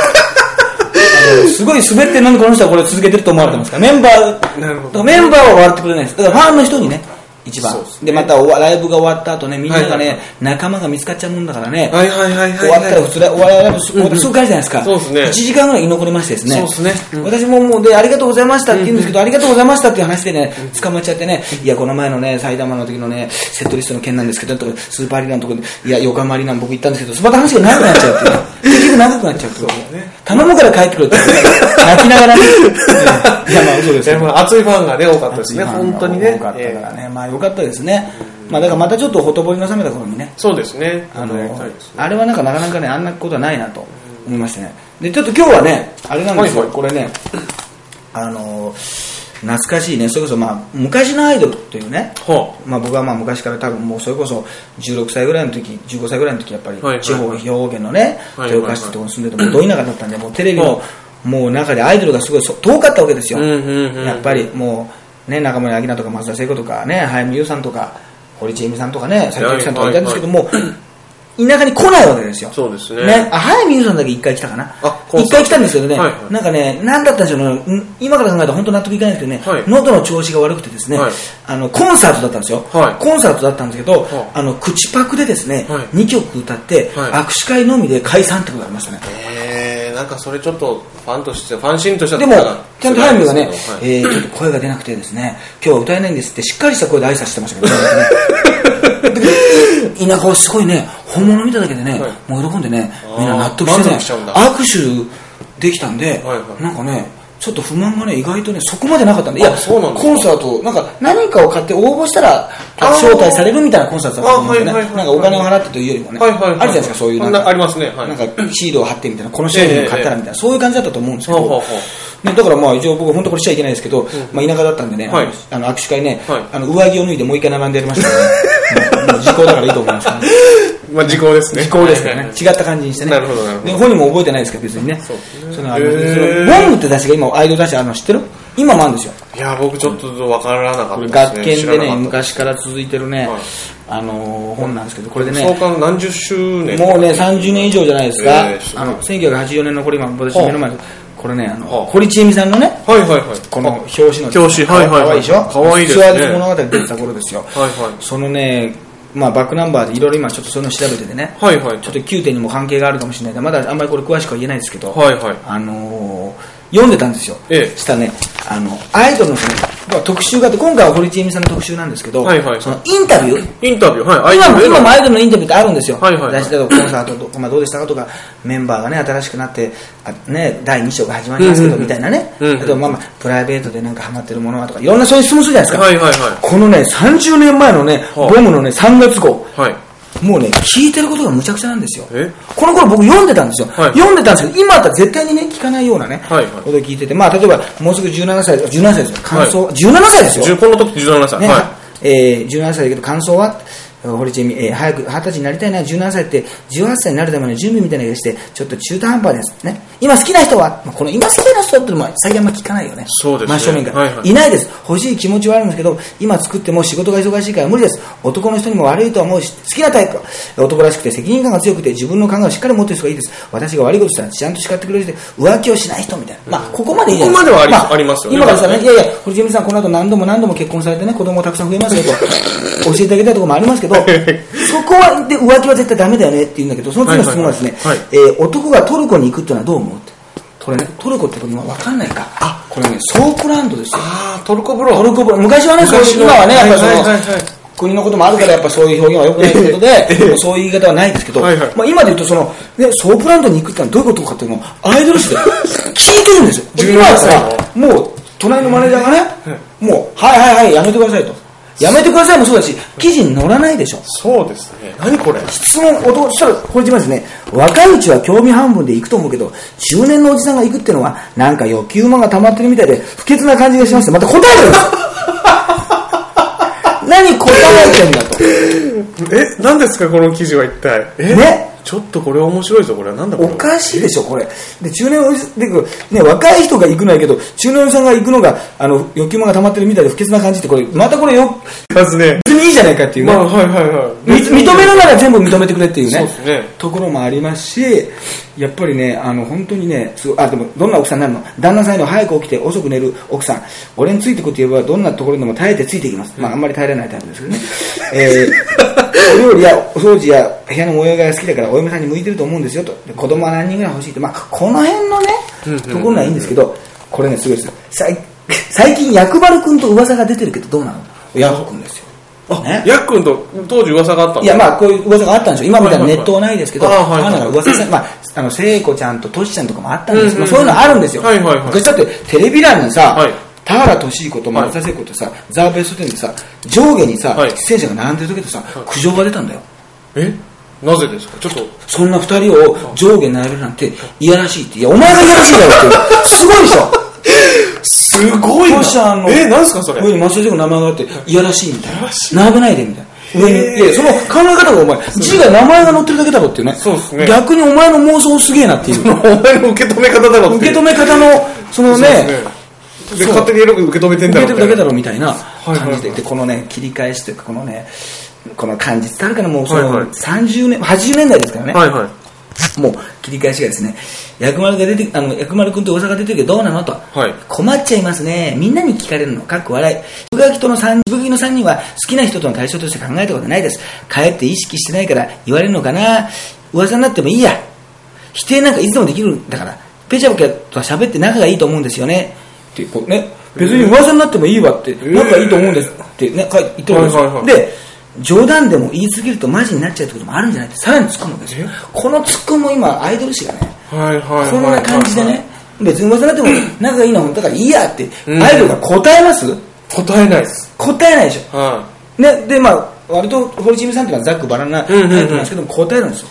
[SPEAKER 1] あのすごい滑ってなんでこの人はこれ続けてると思われてますからメンバー
[SPEAKER 2] なるほど
[SPEAKER 1] だからメンバーは笑ってくれないですだからファンの人にね一番
[SPEAKER 2] そ
[SPEAKER 1] で,、
[SPEAKER 2] うです
[SPEAKER 1] またおライブが終わった後ねみんながね、
[SPEAKER 2] はい
[SPEAKER 1] 仲間が見つかっちゃうもんだからね、
[SPEAKER 2] はいはいはいはいはい
[SPEAKER 1] 終わったら普通だ終わらすぐ帰るじゃないですか、
[SPEAKER 2] そうですね
[SPEAKER 1] 1時間ぐらい居残りましてですね
[SPEAKER 2] そうですねうん
[SPEAKER 1] 私ももうでありがとうございましたって言うんですけど、ありがとうございましたっていう話でね捕まっちゃってね、いやこの前のね埼玉の時のねセットリストの件なんですけどとかスーパーアリーナのとこでいや横浜アリーナ僕行ったんですけどそばで話が長くなっちゃうっていう結局長くなっちゃうっていう頼むから帰ってくれって泣きながらね、うんいやまあ嘘です
[SPEAKER 2] で
[SPEAKER 1] よ
[SPEAKER 2] も熱いファンがね、多かったですね、
[SPEAKER 1] まあまあ
[SPEAKER 2] 本当にね
[SPEAKER 1] 多。かったから
[SPEAKER 2] え
[SPEAKER 1] ね、まあよかったですね、まあだからまたちょっとほとぼりの冷めた頃にね
[SPEAKER 2] えそうですね。
[SPEAKER 1] あ
[SPEAKER 2] やり
[SPEAKER 1] の
[SPEAKER 2] たいですね
[SPEAKER 1] あれはなんかなかなかねあんなことはないなと思いましてねでちょっと今日はねあれなんですよ、
[SPEAKER 2] はいはい
[SPEAKER 1] これねあの懐かしいねそれこそまあ昔のアイドルというね
[SPEAKER 2] は
[SPEAKER 1] まあ、僕はまあ昔から多分もうそれこそ16歳ぐらいの時15歳ぐらいの時やっぱり
[SPEAKER 2] はいはい
[SPEAKER 1] 地方兵庫県のね
[SPEAKER 2] はいはいはい
[SPEAKER 1] 豊川市ってとこに住んでてもうど田舎だったんでもうテレビのもう中でアイドルがすごいそ遠かったわけですよ、
[SPEAKER 2] うんうんうん
[SPEAKER 1] やっぱりもう、ね、中森明菜とか松田聖子とかね早見優さんとか堀ちえみさんとかね斉藤由貴さんとかいたんですけども、田舎に来ないわけですよ
[SPEAKER 2] そうですね
[SPEAKER 1] あ早見優さんだけ一回来たかな
[SPEAKER 2] あコン
[SPEAKER 1] 一
[SPEAKER 2] サー
[SPEAKER 1] 回
[SPEAKER 2] ト
[SPEAKER 1] 来たんですけどね、
[SPEAKER 2] はいはい
[SPEAKER 1] なんかねなんだったんでしょうねうん今から考えたら本当納得いかないですけどね、
[SPEAKER 2] はい
[SPEAKER 1] 喉の調子が悪くてですね、
[SPEAKER 2] はい
[SPEAKER 1] あのコンサートだったんですよ、
[SPEAKER 2] はい
[SPEAKER 1] コンサートだったんですけど、
[SPEAKER 2] は
[SPEAKER 1] あの口パクでですね、
[SPEAKER 2] はい
[SPEAKER 1] 2曲歌って、
[SPEAKER 2] はい
[SPEAKER 1] 握手会のみで解散ってことがありましたね、
[SPEAKER 2] い。ええなんかそれちょっと、ファンとして、ファン心としては
[SPEAKER 1] でもちゃんと早見がね、
[SPEAKER 2] はい
[SPEAKER 1] えーちょっと声が出なくてですね今日は歌えないんですってしっかりした声で挨拶してましたけど、ね、田舎はすごいね本物見ただけでね、
[SPEAKER 2] はい
[SPEAKER 1] もう喜んでね
[SPEAKER 2] あー
[SPEAKER 1] みんな納得してね
[SPEAKER 2] 満足しちゃうんだ
[SPEAKER 1] 握手できたんで、
[SPEAKER 2] はいはい
[SPEAKER 1] なんかねちょっと不満がね意外とねそこまでなかったんでいや
[SPEAKER 2] あそうなんですか
[SPEAKER 1] コンサートなんか何かを買って応募したら
[SPEAKER 2] あー
[SPEAKER 1] 招待されるみたいなコンサートだったと思うんですよね、
[SPEAKER 2] あはいはいはい
[SPEAKER 1] なんかお金を払ってというよりもね、
[SPEAKER 2] はいはいはい
[SPEAKER 1] あるじゃないですかそういうなん
[SPEAKER 2] な
[SPEAKER 1] か
[SPEAKER 2] ありますねはい
[SPEAKER 1] なんかシールを貼ってみたいなこの商品を買ったらみたいな、そういう感じだったと思うんですけど、
[SPEAKER 2] ほうほうほう
[SPEAKER 1] ね、だからまあ一応僕本当これしちゃいけないですけど、まあ田舎だったんでね、
[SPEAKER 2] はい
[SPEAKER 1] あの握手会ね、
[SPEAKER 2] はい
[SPEAKER 1] あの上着を脱いでもう一回並んでやりました
[SPEAKER 2] *laughs*
[SPEAKER 1] からねもうもう時効だからいいと思いますけどね
[SPEAKER 2] まあ時効ですね。
[SPEAKER 1] 時効ですから
[SPEAKER 2] はい
[SPEAKER 1] ね違った感じにしてね
[SPEAKER 2] なるほどなるほど
[SPEAKER 1] で本人も覚えてないですけど別にねそうのあの
[SPEAKER 2] へ
[SPEAKER 1] そ
[SPEAKER 2] ー
[SPEAKER 1] のボングって雑誌が今アイドル雑誌あるの知ってる今もあるんですよ
[SPEAKER 2] いや、僕ちょっとわからなか
[SPEAKER 1] こ
[SPEAKER 2] っ
[SPEAKER 1] れ
[SPEAKER 2] た
[SPEAKER 1] 学
[SPEAKER 2] です
[SPEAKER 1] 研でね
[SPEAKER 2] ね。知らなかっ
[SPEAKER 1] 昔から続いてるね、
[SPEAKER 2] はい
[SPEAKER 1] あのー本なんですけどこれで
[SPEAKER 2] た
[SPEAKER 1] ね
[SPEAKER 2] 創刊何十周年。
[SPEAKER 1] もうね、30年以上じゃないですか。
[SPEAKER 2] えーすごい
[SPEAKER 1] あの、1984年のこれ今、私
[SPEAKER 2] はあ
[SPEAKER 1] 目の前で、これね、あの
[SPEAKER 2] はあ、
[SPEAKER 1] 堀ちえみさんのね、
[SPEAKER 2] はいはいはい。
[SPEAKER 1] この表紙の、
[SPEAKER 2] 表紙はいはいはい
[SPEAKER 1] かわいいでしょ
[SPEAKER 2] かわいいですね
[SPEAKER 1] スチュワーデス物語出てた頃ですよ。
[SPEAKER 2] はいはい
[SPEAKER 1] そのね、まあ、バックナンバーでいろいろ今ちょっとそういうの調べててね、
[SPEAKER 2] はいはい。
[SPEAKER 1] ちょっと9点にも関係があるかもしれないからまだあんまりこれ詳しくは言えないですけど、
[SPEAKER 2] はいはい
[SPEAKER 1] あのー読んでたんですよ。
[SPEAKER 2] ええ
[SPEAKER 1] したらね、あの、アイドルのそのまあ特集があって、今回は堀ちえみさんの特集なんですけど、
[SPEAKER 2] はいはい
[SPEAKER 1] そのインタビュー、
[SPEAKER 2] インタビュー、はい。
[SPEAKER 1] 今も
[SPEAKER 2] アイドルへの
[SPEAKER 1] 今もアイドルのインタビューってあるんですよ、
[SPEAKER 2] はいはいはい
[SPEAKER 1] 雑誌だとかコンサートとか、まあ、どうでしたかとか、メンバーがね、新しくなって、あね、第2章が始まりますけど、みたいなね、
[SPEAKER 2] うんうん
[SPEAKER 1] あとまあまあ、プライベートでなんかハマってるものはとか、いろんなそういう質問するじゃないですか、
[SPEAKER 2] はいはいは
[SPEAKER 1] このね、30年前のね、
[SPEAKER 2] は
[SPEAKER 1] ボ
[SPEAKER 2] あ
[SPEAKER 1] ムのね、3月号、
[SPEAKER 2] い。はい。
[SPEAKER 1] もうね、聞いてることがむちゃくちゃなんですよ
[SPEAKER 2] え。
[SPEAKER 1] この頃僕読んでたんですよ。
[SPEAKER 2] はい
[SPEAKER 1] 読んでたんですけど、今だったら絶対にね、聞かないようなね、
[SPEAKER 2] はいはい
[SPEAKER 1] ことを聞いてて、まあ、例えば、もうすぐ17歳、17歳ですよ、感想、17歳ですよ。
[SPEAKER 2] 10この時17歳。
[SPEAKER 1] ね
[SPEAKER 2] は
[SPEAKER 1] えー17歳だけど感想は堀ちえみ、えー早く20歳になりたいな17歳って18歳になるための準備みたいなのがしてちょっと中途半端ですね今好きな人は、まあ、この今好きな人ってのも最近あんま聞かないよね
[SPEAKER 2] そうですね
[SPEAKER 1] 真正面から、
[SPEAKER 2] はい
[SPEAKER 1] い
[SPEAKER 2] はい
[SPEAKER 1] ないです欲しい気持ちはあるんですけど今作っても仕事が忙しいから無理です男の人にも悪いとは思うし好きなタイプは男らしくて責任感が強くて自分の考えをしっかり持ってる人がいいです私が悪いことしたらちゃんと叱ってくれる人で浮気をしない人みたいなまあここまでいいじゃないですか
[SPEAKER 2] ここまではあり
[SPEAKER 1] まあ
[SPEAKER 2] ありますよね
[SPEAKER 1] 今からしたらねいやいや、堀ちえみさん、この後何度も何度も結婚されてね、子供たくさん増えますよと、 *laughs* 教えていただきたいところもありますけど、そこは、で、浮気は絶対ダメだよねって言うんだけど、その次の質問はですね、
[SPEAKER 2] はいは
[SPEAKER 1] えー男がトルコに行くってのはどう思うって。これね、トルコって今わかんないか。あ、これね、ソープランドですよ。
[SPEAKER 2] ああ、トルコ風呂。
[SPEAKER 1] トルコ語昔はね、そういう今はね、やっぱりそ
[SPEAKER 2] はいはいはいはい
[SPEAKER 1] の、国のこともあるからやっぱそういう表現は良くないということで、もうそういう言い方はないですけど、
[SPEAKER 2] はいはい
[SPEAKER 1] まあ今で言うとその、ね、ソープランドに行くってのはどういうことかっていうのをアイドル
[SPEAKER 2] *laughs*
[SPEAKER 1] 誌で聞いてるんですよ。
[SPEAKER 2] 17
[SPEAKER 1] 今だった
[SPEAKER 2] 歳
[SPEAKER 1] ら、もう隣のマネージャーがね、もう、はいはいはい、やめてくださいと。やめてくださいもそうだし、記事に載らないでしょ。
[SPEAKER 2] そうですね。何これ
[SPEAKER 1] 質問をどうしたら、これますね。若いうちは興味半分で行くと思うけど、中年のおじさんが行くっていうのは、なんか欲求馬が溜まってるみたいで、不潔な感じがしますまた答えてるんです *laughs* 何答えてんだと。
[SPEAKER 2] え、何ですかこの記事は一体。え
[SPEAKER 1] ね
[SPEAKER 2] ちょっとこれ面白いぞ、これは。なんだこれ
[SPEAKER 1] お
[SPEAKER 2] は。
[SPEAKER 1] かしいでしょ、これ。で、中年おじで、ね、若い人が行くのはいいけど、中年おじさんが行くのが、あの、欲求が溜まってるみたいで不潔な感じって、これ、またこれよ、
[SPEAKER 2] まずね。
[SPEAKER 1] 別にいいじゃないかっていうね
[SPEAKER 2] まあ、はいはいは
[SPEAKER 1] み認めながら全部認めてくれっていうね
[SPEAKER 2] そうですね
[SPEAKER 1] ところもありますしやっぱりねあの本当にねすごいあでもどんな奥さんになるの旦那さんの早く起きて遅く寝る奥さん俺についてこいって言えばどんなところでも耐えてついていきます、まああんまり耐えられないタイプです *laughs* けどね、えーお料理やお掃除や部屋の模様替えが好きだからお嫁さんに向いてると思うんですよとで子供は何人ぐらい欲しいって、まあ、この辺のねところはいいんですけどこれねすごいですよさい最近薬丸君と噂が出てるけどどうなのヤフ君ですよあ
[SPEAKER 2] い。やっくんと当時噂があったん
[SPEAKER 1] いやまあこういう噂があったんでしょう今みたいなネットはないですけど、
[SPEAKER 2] はいはいはい
[SPEAKER 1] ああいうのが噂さまああの聖子ちゃんとトシちゃんとかもあったんですけど、まあそういうのあるんですよ、
[SPEAKER 2] はいはいはい
[SPEAKER 1] 昔だってテレビ欄にさ、
[SPEAKER 2] はい
[SPEAKER 1] 田原俊彦と松田聖子とさ、ザーベストテンでさ上下にさ、
[SPEAKER 2] はい
[SPEAKER 1] 出演者が並んでる時とさ苦情が出たんだよ
[SPEAKER 2] えなぜですかちょっと。
[SPEAKER 1] そんな二人を上下に並べるなんていやらしいっていやお前がいやらしいだろってすごいでしょ
[SPEAKER 2] すご
[SPEAKER 1] 当社の
[SPEAKER 2] え、なんすかそれ。
[SPEAKER 1] 上に松田聖子の名前があっていやらしいみたいな並べないでみたいな上
[SPEAKER 2] へ
[SPEAKER 1] に
[SPEAKER 2] ー
[SPEAKER 1] いやその考え方がお前字が名前が載ってるだけだろっていうね
[SPEAKER 2] そうですね
[SPEAKER 1] 逆にお前の妄想すげえなっていう
[SPEAKER 2] お前の受け止め方だろって
[SPEAKER 1] 受
[SPEAKER 2] いう。
[SPEAKER 1] け止め方のそのね
[SPEAKER 2] そうですねで
[SPEAKER 1] そう
[SPEAKER 2] 勝手にエロく受け止めてん
[SPEAKER 1] 受
[SPEAKER 2] だ
[SPEAKER 1] け
[SPEAKER 2] ろ
[SPEAKER 1] てるだけだろみたいな感
[SPEAKER 2] い
[SPEAKER 1] じで,、
[SPEAKER 2] はいはい
[SPEAKER 1] でこのね切り返しというかこのねこの感じ伝わるかなもうそ
[SPEAKER 2] はいは
[SPEAKER 1] の
[SPEAKER 2] い
[SPEAKER 1] 30年、80年代ですからね、
[SPEAKER 2] はいはい。
[SPEAKER 1] もう切り返しがですね薬丸が出てあの薬丸君と大阪出てるけどどうなのと、
[SPEAKER 2] はい
[SPEAKER 1] 困っちゃいますねみんなに聞かれるのかっこ笑い渋垣との三渋垣の3人は好きな人との対象として考えたことないですかえって意識してないから言われるのかな噂になってもいいや否定なんかいつでもできるんだからペチャペチャとは喋って仲がいいと思うんですよねってこうね別に噂になってもいいわって
[SPEAKER 2] ー
[SPEAKER 1] 仲いいと思うんですってね書いて言ってるんですよ、
[SPEAKER 2] はいはいはい
[SPEAKER 1] で冗談でも言い過ぎるとマジになっちゃうってこともあるんじゃないってさらに突っ込むわけですよこの突っ込むも今アイドル誌がね
[SPEAKER 2] はいはいはい。
[SPEAKER 1] こんな感じでね。別に噂になっても仲がいいのは本当だからいいやって
[SPEAKER 2] うん
[SPEAKER 1] アイドルが答えます
[SPEAKER 2] 答えないです。
[SPEAKER 1] 答えないでし
[SPEAKER 2] は
[SPEAKER 1] ょ、ね、でまあ割と堀ちみさんっていうのはざっくばらんなタイプなんですけども答えるんですよ、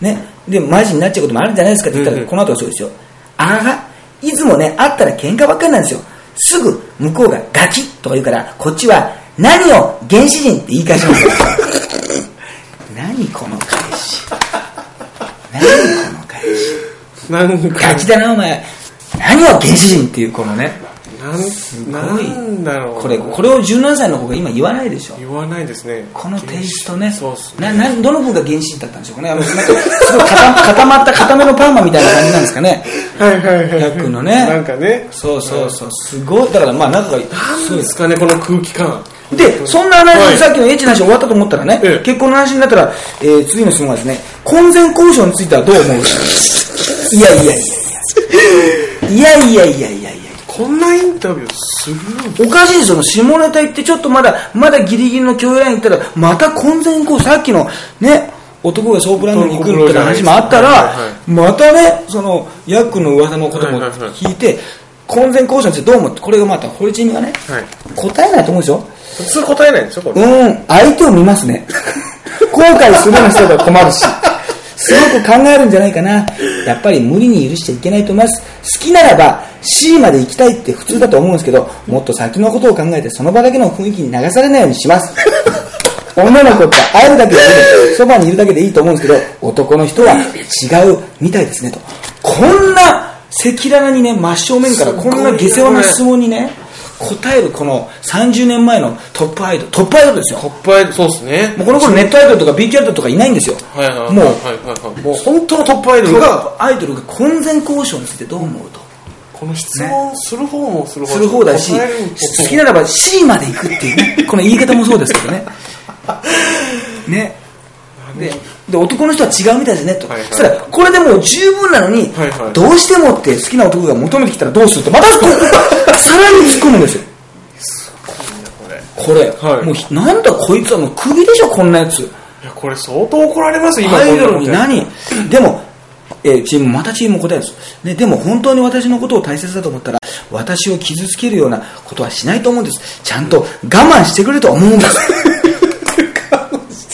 [SPEAKER 1] ね、でマジになっちゃうこともあるんじゃないですかって言った
[SPEAKER 2] うん
[SPEAKER 1] ら
[SPEAKER 2] うん
[SPEAKER 1] この後がそうですよあらいつもね会ったら喧嘩ばっかりなんですよすぐ向こうがガキッとか言うからこっちは何を原始人って言い返します *laughs* よ何この返し何この返し
[SPEAKER 2] い。なんか
[SPEAKER 1] ガ、キだな、お前。何を原始人っていう、このね。
[SPEAKER 2] なん、
[SPEAKER 1] ごい
[SPEAKER 2] なんだろう。
[SPEAKER 1] これ、これを17歳の子が今言わないでしょ。
[SPEAKER 2] 言わないですね。
[SPEAKER 1] このテイストね。
[SPEAKER 2] そうっすね
[SPEAKER 1] な、な、どの子が原始人だったんでしょうかね。あの、なんか、すごい固固まった、 *laughs* 固めのパーマみたいな感じなんですかね。
[SPEAKER 2] はいはいはい。
[SPEAKER 1] ヤックンのね
[SPEAKER 2] なんかね。
[SPEAKER 1] そうそうそう、すごい。だから、まあ、仲がいい。すごい
[SPEAKER 2] で
[SPEAKER 1] です
[SPEAKER 2] すかね、この空気感。
[SPEAKER 1] で、そんな話、
[SPEAKER 2] はい
[SPEAKER 1] さっきのエッチな話終わったと思ったらね、
[SPEAKER 2] ええ
[SPEAKER 1] 結婚の話になったら、えー次の質問はですね、婚前交渉についてはどう思ういやいやいやいや。いやいやいやいやいや。
[SPEAKER 2] こんなインタビューする
[SPEAKER 1] おかしいですよ、下ネタ行って、ちょっとまだ、まだギリギリの共演行ったら、また婚前交渉、さっきのね、男がソープランドに行くみたいな話もあったら、
[SPEAKER 2] はいはい
[SPEAKER 1] またね、その、ヤックの噂のことも
[SPEAKER 2] はいはいはい
[SPEAKER 1] 聞いて、婚前交渉についてどう思って、これがまた、堀ちみがね、
[SPEAKER 2] はい
[SPEAKER 1] 答えないと思うでしょ
[SPEAKER 2] 普通答えないんですよ、こ
[SPEAKER 1] う
[SPEAKER 2] れ。
[SPEAKER 1] ん、相手を見ます
[SPEAKER 2] *laughs*
[SPEAKER 1] ね。後悔するような人だと困るし。すごく考えるんじゃないかな。やっぱり無理に許しちゃいけないと思います。好きならば C まで行きたいって普通だと思うんですけど、もっと先のことを考えてその場だけの雰囲気に流されないようにします。女の子と会えるだけでいいそばにいるだけでいいと思うんですけど、男の人は違うみたいですねと。こんな赤裸々にね、真正面からこんな下世話な質問にね、答えるこの30年前のトップアイドル、トップアイドルですよ。
[SPEAKER 2] トップアイドル、そうですね。
[SPEAKER 1] もうこの頃ネットアイドルとか B キャラとかいないんですよ。
[SPEAKER 2] はいはいはい。
[SPEAKER 1] もう、
[SPEAKER 2] はいはいはい。もう本当のトップアイド
[SPEAKER 1] ト
[SPEAKER 2] ルが、
[SPEAKER 1] ップアイドルが婚前交渉についてどう思うと。
[SPEAKER 2] この質問する方もする方
[SPEAKER 1] する方だし、
[SPEAKER 2] 答える方も
[SPEAKER 1] 好きならば C まで行くっていうね、
[SPEAKER 2] *laughs*
[SPEAKER 1] この言い方もそうですけどね。ね。でで男の人は違うみたいですねと、
[SPEAKER 2] はいはい
[SPEAKER 1] そしたらこれでもう十分なのに、
[SPEAKER 2] はいはい
[SPEAKER 1] どうしてもって好きな男が求めてきたらどうするってまた
[SPEAKER 2] *laughs*
[SPEAKER 1] さらに突っ込むんですよこれ、
[SPEAKER 2] はい
[SPEAKER 1] もうひなんだこいつはもう首でしょこんなやつ
[SPEAKER 2] いや、これ相当怒られますよ、今
[SPEAKER 1] アイドルに
[SPEAKER 2] こんなこと
[SPEAKER 1] 何でも、えーチームまたチームも答えです、ね、でも本当に私のことを大切だと思ったら私を傷つけるようなことはしないと思うんですちゃんと我慢してくれと思うんです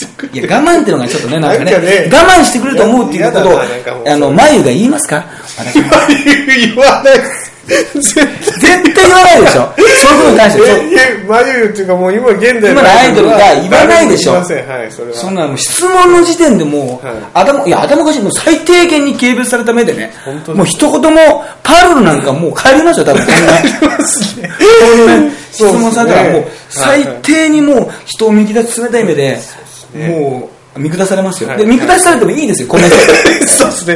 [SPEAKER 2] *laughs*
[SPEAKER 1] いや我慢っていうのがちょっとねなんかね
[SPEAKER 2] なんかね
[SPEAKER 1] 我慢してくれと思うっていうこと
[SPEAKER 2] い
[SPEAKER 1] を
[SPEAKER 2] や嫌だななんかもう
[SPEAKER 1] あの眉が言いますか私
[SPEAKER 2] 言わないです。絶
[SPEAKER 1] 絶対言わないでしょ。そういうことに関して。そう
[SPEAKER 2] いやいや、眉っていうかもう今現代
[SPEAKER 1] 今のアイドルが
[SPEAKER 2] は
[SPEAKER 1] 言わないでしょ
[SPEAKER 2] 言いません、はい、それは。
[SPEAKER 1] そんなもう質問の時点でもう、
[SPEAKER 2] はい
[SPEAKER 1] 頭、いや、頭おかしい、もう最低限に軽蔑された目でね
[SPEAKER 2] 本当、だ
[SPEAKER 1] もう一言も、パルルなんかもう帰りますよ、
[SPEAKER 2] *laughs*
[SPEAKER 1] 多分。こんなこんな質問されたらもう、
[SPEAKER 2] そうですね
[SPEAKER 1] 最低にもう、人を見下す冷たい目で、もう、見下されますよ。
[SPEAKER 2] はい
[SPEAKER 1] で、見下されてもいいですよ、こんな人。
[SPEAKER 2] そうですね。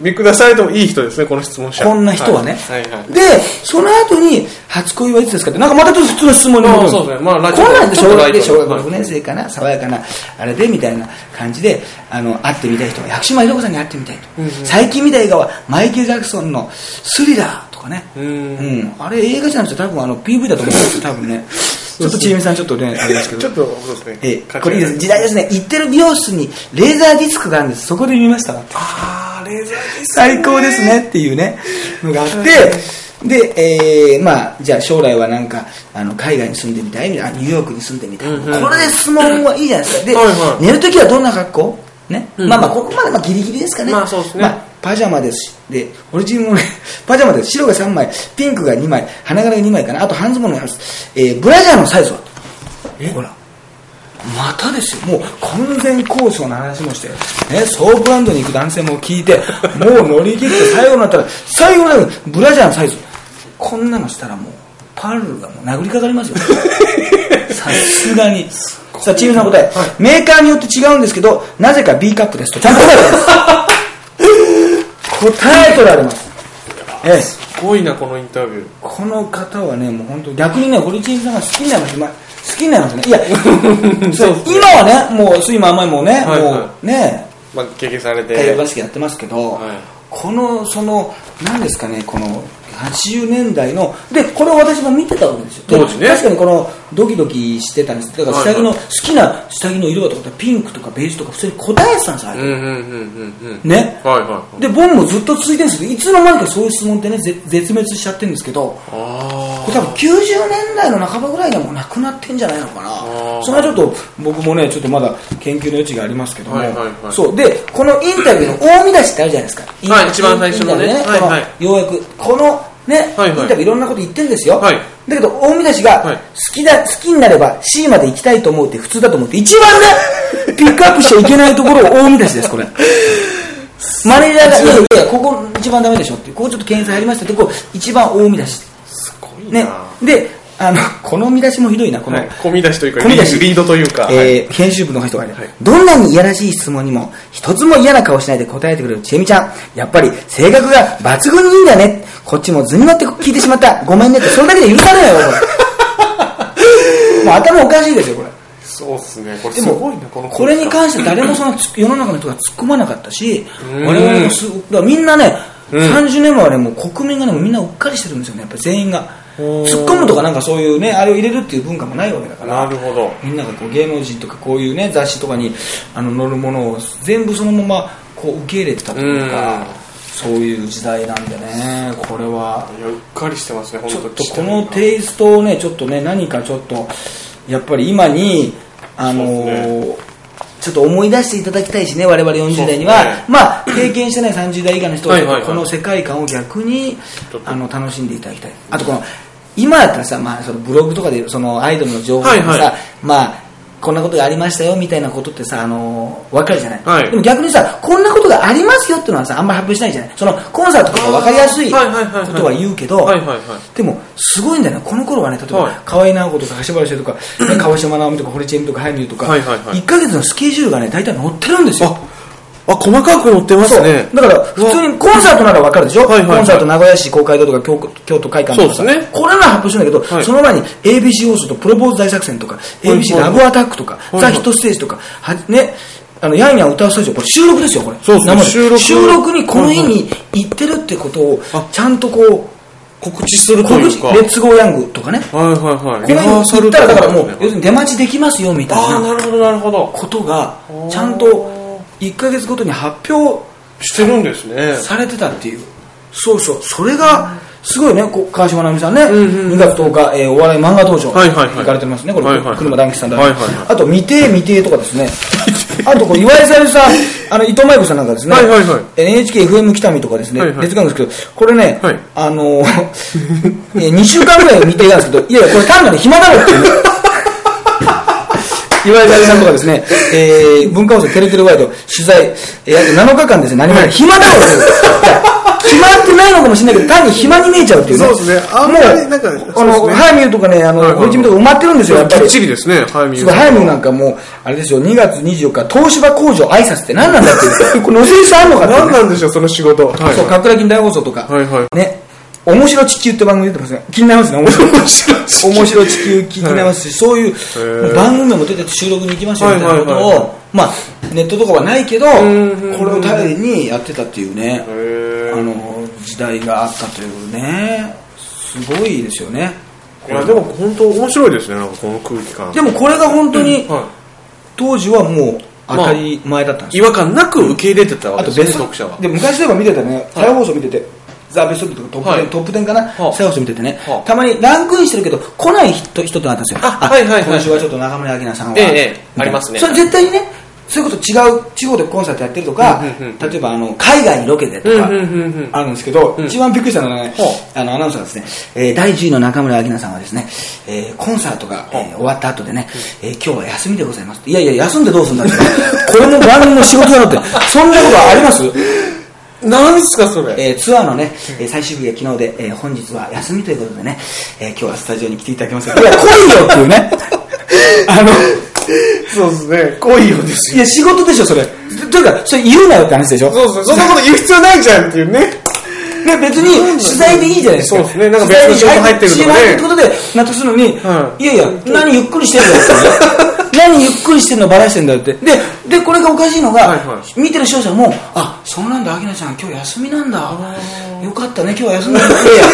[SPEAKER 2] 見下されてもいい人ですね、この質問者。
[SPEAKER 1] こんな人はね。
[SPEAKER 2] はいはいはい。
[SPEAKER 1] で、その後に、初恋はいつですかって、なんかまたちょっと普通の質問に戻る。
[SPEAKER 2] あそうですねまあラジオ
[SPEAKER 1] こんなんで
[SPEAKER 2] ちょっ
[SPEAKER 1] 小
[SPEAKER 2] と
[SPEAKER 1] 学
[SPEAKER 2] ライト
[SPEAKER 1] で
[SPEAKER 2] な
[SPEAKER 1] 小学
[SPEAKER 2] はい
[SPEAKER 1] 6年生かな、爽やかな、あれでみたいな感じで、あの、会ってみたい人は、薬師丸ひろ子さんに会ってみたいと。最近見た映画は、マイケル・ジャクソンのスリラーとかね。うんん。あれ映画じゃなくて多分あの、PV だと思うん
[SPEAKER 2] *laughs*
[SPEAKER 1] ですよ、多分ね。ちょっとちえみさんちょっとね、あれですけど。
[SPEAKER 2] ちょっと、そうですね。
[SPEAKER 1] ええ、
[SPEAKER 2] 価値が
[SPEAKER 1] これいいです。時代ですね。行ってる美容室にレーザーディスクがあるんです。そこで見ましたわって。
[SPEAKER 2] あー、レーザーディスク
[SPEAKER 1] 最高ですねっていうね、のがあって、で、えーまあ、じゃあ将来はなんか、あの、海外に住んでみたい、あニューヨークに住んでみたい。これで質問はいいじゃないですか。で、
[SPEAKER 2] はいはい
[SPEAKER 1] 寝るときはどんな格好ね。まあまあ、ここまでまあギリギリですかね。
[SPEAKER 2] まあそうですね
[SPEAKER 1] まあパジャマですし。で、俺自分もね、 *laughs* パジャマです。白が3枚、ピンクが2枚、花柄が2枚かな。あと半ズボンがあります。えーブラジャーのサイズは
[SPEAKER 2] え
[SPEAKER 1] ほら。またですよ、もう完全交渉の話もして、ね、ソープランドに行く男性も聞いて、もう乗り切って最後になったら、最後になるブラジャーのサイズ、こんなのしたらもう、パルルがもう殴りかかりますよ、さすがに。さあ、チームさん答え、メーカーによって違うんですけど、なぜか B カップですと、ちゃんと答えてます。答えとられます。ええ
[SPEAKER 2] すごいな、このインタビュー。
[SPEAKER 1] この方はね、もう本当、逆にね、堀ちえみさんが好きになります、まあ、好きになりますね、
[SPEAKER 2] *laughs*
[SPEAKER 1] いや、そう今はね、もう、酸いも甘いもね、
[SPEAKER 2] はいはい
[SPEAKER 1] もうね、
[SPEAKER 2] まあ、経験されて。
[SPEAKER 1] 大学バスケやってますけど、
[SPEAKER 2] はい
[SPEAKER 1] この、その、なんですかね、この、80年代の、で、これを私も見てたわけですよ。で
[SPEAKER 2] 当時ね
[SPEAKER 1] 確かにこの、ドキドキしてたんです。だから下着の、
[SPEAKER 2] はいは
[SPEAKER 1] 好きな下着の色だとか、ピンクとかベージュとか、普通に答えてたんですよ、あ
[SPEAKER 2] う
[SPEAKER 1] れ
[SPEAKER 2] んうんうんうんうん。
[SPEAKER 1] ね。
[SPEAKER 2] はいはい。
[SPEAKER 1] で、ボンもずっと続いてるんですけど、いつの間にかそういう質問ってね、ぜ絶滅しちゃってるんですけど、
[SPEAKER 2] あ
[SPEAKER 1] これ多分90年代の半ばぐらいにはもうなくなってんじゃないのか
[SPEAKER 2] あ
[SPEAKER 1] な
[SPEAKER 2] ー
[SPEAKER 1] それはちょっと僕もねちょっとまだ研究の余地がありますけども、
[SPEAKER 2] はいはいはい
[SPEAKER 1] そうでこのインタビューの大見出しってあるじゃないですか、イン
[SPEAKER 2] はい一番最初の
[SPEAKER 1] イ
[SPEAKER 2] ね
[SPEAKER 1] ンタビュー
[SPEAKER 2] はいはい
[SPEAKER 1] このようやくこのね、
[SPEAKER 2] はいはい
[SPEAKER 1] インタビューいろんなこと言ってるんですよ、
[SPEAKER 2] はい
[SPEAKER 1] だけど大見出しが、
[SPEAKER 2] はい
[SPEAKER 1] 好きだ好きになれば C まで行きたいと思うって普通だと思うって一番ね
[SPEAKER 2] *laughs*
[SPEAKER 1] ピックアップしちゃいけないところを大見出しですこれマネージャーが「いやいやここ一番ダメでしょ」ってここちょっと検査入りましたってここ一番大見出し
[SPEAKER 2] ー、すごい
[SPEAKER 1] ね
[SPEAKER 2] な。、
[SPEAKER 1] であのこの見出しもひどいな、この、
[SPEAKER 2] はい込み出しというか
[SPEAKER 1] 込み出し
[SPEAKER 2] リードというか
[SPEAKER 1] えー
[SPEAKER 2] はい
[SPEAKER 1] 編集部の人がね、
[SPEAKER 2] はい
[SPEAKER 1] どんなにいやらしい質問にも、一つも嫌な顔しないで答えてくれるちえみちゃん、やっぱり性格が抜群にいいんだね、こっちも図に乗って聞いてしまった、ごめんねって、それだけで許されないよ、
[SPEAKER 2] *laughs*
[SPEAKER 1] これもう頭おかしいですよ、これ。
[SPEAKER 2] そうですね。これ
[SPEAKER 1] です
[SPEAKER 2] ごい
[SPEAKER 1] も
[SPEAKER 2] な、この、
[SPEAKER 1] これに関して誰もそのつ世の中の人が突っ込まなかったし、
[SPEAKER 2] うん
[SPEAKER 1] 我々もすだからみんなね、
[SPEAKER 2] うん
[SPEAKER 1] 30年前はね、もう国民がね、もうみんなうっかりしてるんですよね、やっぱり全員が。突っ込むとかなんかそういうね、あれを入れるっていう文化もないわけだから。
[SPEAKER 2] なるほど。
[SPEAKER 1] みんながこう芸能人とかこういうね雑誌とかにあの載るものを全部そのままこう受け入れてたという
[SPEAKER 2] うん
[SPEAKER 1] かそういう時代なんでねこれはい
[SPEAKER 2] や、うっかりしてますね、本
[SPEAKER 1] ち
[SPEAKER 2] 当
[SPEAKER 1] ょっとこのテイストをねちょっとね何かちょっとやっぱり今にあの
[SPEAKER 2] そうで
[SPEAKER 1] ーちょっと思い出していただきたいしね我々40代に
[SPEAKER 2] そうです
[SPEAKER 1] は
[SPEAKER 2] ね
[SPEAKER 1] まあ経験してない30代以下の人は
[SPEAKER 2] はいはいはい
[SPEAKER 1] この世界観を逆に
[SPEAKER 2] ちょっと
[SPEAKER 1] あの楽しんでいただきたいあとこの今だったらさまあそのブログとかでそのアイドルの情報とかさ、
[SPEAKER 2] はいはい
[SPEAKER 1] まあこんなことがありましたよみたいなことってさ、あのー、分かるじゃない、
[SPEAKER 2] はい
[SPEAKER 1] でも逆にさ、こんなことがありますよっていうのはさ、あんまり発表しないじゃないそのコンサートとか分かりやすいこ
[SPEAKER 2] あーはいはいはいはい
[SPEAKER 1] とは言うけど、
[SPEAKER 2] はいはいはい
[SPEAKER 1] でも、すごいんだよね、この頃はね、例えば、
[SPEAKER 2] はい
[SPEAKER 1] 河合直子とか、橋原修とか、ね川島直美とか、堀ちえみとか、羽生とか、
[SPEAKER 2] はいはいはい
[SPEAKER 1] 1ヶ月のスケジュールがね、大体載ってるんですよ。
[SPEAKER 2] あ、細かく載ってま
[SPEAKER 1] そ
[SPEAKER 2] す
[SPEAKER 1] う
[SPEAKER 2] ね。
[SPEAKER 1] だから、普通にコンサートならわかるでしょ、
[SPEAKER 2] はいはいはい
[SPEAKER 1] コンサート、名古屋市公会堂とか京、京都会館とかさ、
[SPEAKER 2] そうですね
[SPEAKER 1] これなら発表してんだけど、
[SPEAKER 2] はい
[SPEAKER 1] その前に ABC 放送とプロポーズ大作戦とか、
[SPEAKER 2] いはい
[SPEAKER 1] ABC ラブアタックとか、
[SPEAKER 2] い
[SPEAKER 1] ザ・ヒットステージとか、はね、あの、ヤンヤン歌うスタジオ、これ収録ですよ、これ。
[SPEAKER 2] そうですね
[SPEAKER 1] 生
[SPEAKER 2] 収録
[SPEAKER 1] 収録にこの日に行ってるってことを
[SPEAKER 2] あ、
[SPEAKER 1] ちゃんとこう、
[SPEAKER 2] 告知すると
[SPEAKER 1] 告
[SPEAKER 2] い
[SPEAKER 1] 知
[SPEAKER 2] うか。
[SPEAKER 1] レッツゴーヤングとかね、
[SPEAKER 2] はいはいはい。
[SPEAKER 1] これ行ったらだからもう要す
[SPEAKER 2] ね
[SPEAKER 1] るに出待ちできますよみた
[SPEAKER 2] あ
[SPEAKER 1] い
[SPEAKER 2] あ、
[SPEAKER 1] な
[SPEAKER 2] なるほどなるほど。
[SPEAKER 1] ことがちゃんと1ヶ月ごとに発表
[SPEAKER 2] してるんですね。
[SPEAKER 1] されてたっていうそうそうそれがすごいねこう川島直美さんね、2月10日、えーお笑い漫画道場
[SPEAKER 2] はいはいはい
[SPEAKER 1] 行かれてますねこれ、
[SPEAKER 2] はいはいはい
[SPEAKER 1] 車談吉さんだ、
[SPEAKER 2] はいはいはい
[SPEAKER 1] あと未定未定とかですねあとこう岩井さゆりさん、あの伊藤舞子さんなんかですね、
[SPEAKER 2] はいはいはい
[SPEAKER 1] NHKFM 北見とかですね、
[SPEAKER 2] はいはい
[SPEAKER 1] 出てたんですけど、これね、
[SPEAKER 2] はい
[SPEAKER 1] あの2 *laughs* 週間ぐらい見ていたんですけど、いやいや、これ単なる暇だろっていう。岩井さゆりさんとかですね、えー、文化放送テレテレワイド取材、えー、約7日間ですね、何もない、暇だろっていう。いや暇ってないのかもしれないけど、単に暇に見えちゃうっていうね。
[SPEAKER 2] そうですねあんまりなんか
[SPEAKER 1] もう
[SPEAKER 2] そ
[SPEAKER 1] あ
[SPEAKER 2] うです
[SPEAKER 1] の、
[SPEAKER 2] ね
[SPEAKER 1] ハイミューとかね、あの、
[SPEAKER 2] はいはい
[SPEAKER 1] 堀ちみとか埋まってるんですよ、やっぱ
[SPEAKER 2] き
[SPEAKER 1] り。
[SPEAKER 2] っちりですね、早見
[SPEAKER 1] す
[SPEAKER 2] 優
[SPEAKER 1] ごい
[SPEAKER 2] さ
[SPEAKER 1] 早
[SPEAKER 2] ん。
[SPEAKER 1] 見なんかもう、あれですよ、2月24日、東芝工場挨拶って何なんだっていう、これ、載せさんあるのかっていう
[SPEAKER 2] 何
[SPEAKER 1] ね、
[SPEAKER 2] なんでしょう、その仕事。はい
[SPEAKER 1] そう、かくら金大放送とか、
[SPEAKER 2] はいはい
[SPEAKER 1] ね、面白地球って番組出てますね、気になりますね、面白
[SPEAKER 2] 面白い
[SPEAKER 1] 面白い地球気になりますし、そういう
[SPEAKER 2] へー
[SPEAKER 1] 番組も出てて収録に行きましょうみたいなこ
[SPEAKER 2] はい
[SPEAKER 1] と
[SPEAKER 2] はいはい
[SPEAKER 1] を、まあ、ネットとかはないけど、こ
[SPEAKER 2] んうんうん
[SPEAKER 1] れを頼りにやってたっていうね、
[SPEAKER 2] へ
[SPEAKER 1] あの、時代があったというね、すごいですよね。
[SPEAKER 2] いや、でも本当面白いですね、なんかこの空気感。
[SPEAKER 1] でもこれが本当に、
[SPEAKER 2] は
[SPEAKER 1] 当時はもう当たり前だったんですよ
[SPEAKER 2] い、違和感なく受け入れてたわ
[SPEAKER 1] あ
[SPEAKER 2] け
[SPEAKER 1] と
[SPEAKER 2] ですね、
[SPEAKER 1] 別
[SPEAKER 2] 読者は。
[SPEAKER 1] で昔そういえば見てたね、再放送見てて、ザ・ベストとかトップ10、
[SPEAKER 2] はい
[SPEAKER 1] トップ10かな、
[SPEAKER 2] はあ
[SPEAKER 1] 再放送見ててね、
[SPEAKER 2] はあ
[SPEAKER 1] たまにランクインしてるけど、来ない人人となったんですよ。
[SPEAKER 2] あはいはいはい
[SPEAKER 1] 今週はちょっと中村明菜さんは、
[SPEAKER 2] ええええ
[SPEAKER 1] みたいな
[SPEAKER 2] ありますね
[SPEAKER 1] それ絶対にね、それこそ違う地方でコンサートやってるとか、
[SPEAKER 2] うんうん
[SPEAKER 1] 例えばあの海外にロケでとか
[SPEAKER 2] うんうんうんうん
[SPEAKER 1] あるんですけど、一番びっくりしたのがね、
[SPEAKER 2] は
[SPEAKER 1] あのアナウンサーですね、えー第10位の中村明菜さんはですね、えーコンサートが、えー終わった後でね、えー今日は休みでございます。いやいや、休んでどうすんだって。 *laughs* これも番組の仕事だろって、そんなことあります
[SPEAKER 2] なんすか、それ。
[SPEAKER 1] えーツアーのね、えー最終日が昨日で、えー本日は休みということでね、えー今日はスタジオに来ていただきますがいや、来いよっていう
[SPEAKER 2] *laughs*
[SPEAKER 1] ね。あの、
[SPEAKER 2] そうですね、恋よです
[SPEAKER 1] いや、仕事でしょ、それ。というか、それ言うなよって話でしょ。
[SPEAKER 2] そうですね、そんなこと言う必要ないじゃんっていうね。
[SPEAKER 1] ね、別に取材でいいじゃないですか。
[SPEAKER 2] そうですねなんか別の仕事入ってると
[SPEAKER 1] 取
[SPEAKER 2] かね
[SPEAKER 1] 材に入ってることで納得するのに、
[SPEAKER 2] はい
[SPEAKER 1] いやいや、何ゆっくりしてんだよ
[SPEAKER 2] *laughs*
[SPEAKER 1] って。何ゆっくりしてんのバラしてんだよって。で、で、これがおかしいのが、
[SPEAKER 2] はいは
[SPEAKER 1] 見てる視聴者も、あ、そうなんだ、アキナちゃん、今日休みなんだ。よかったね、今日は休みなんだ。いやいや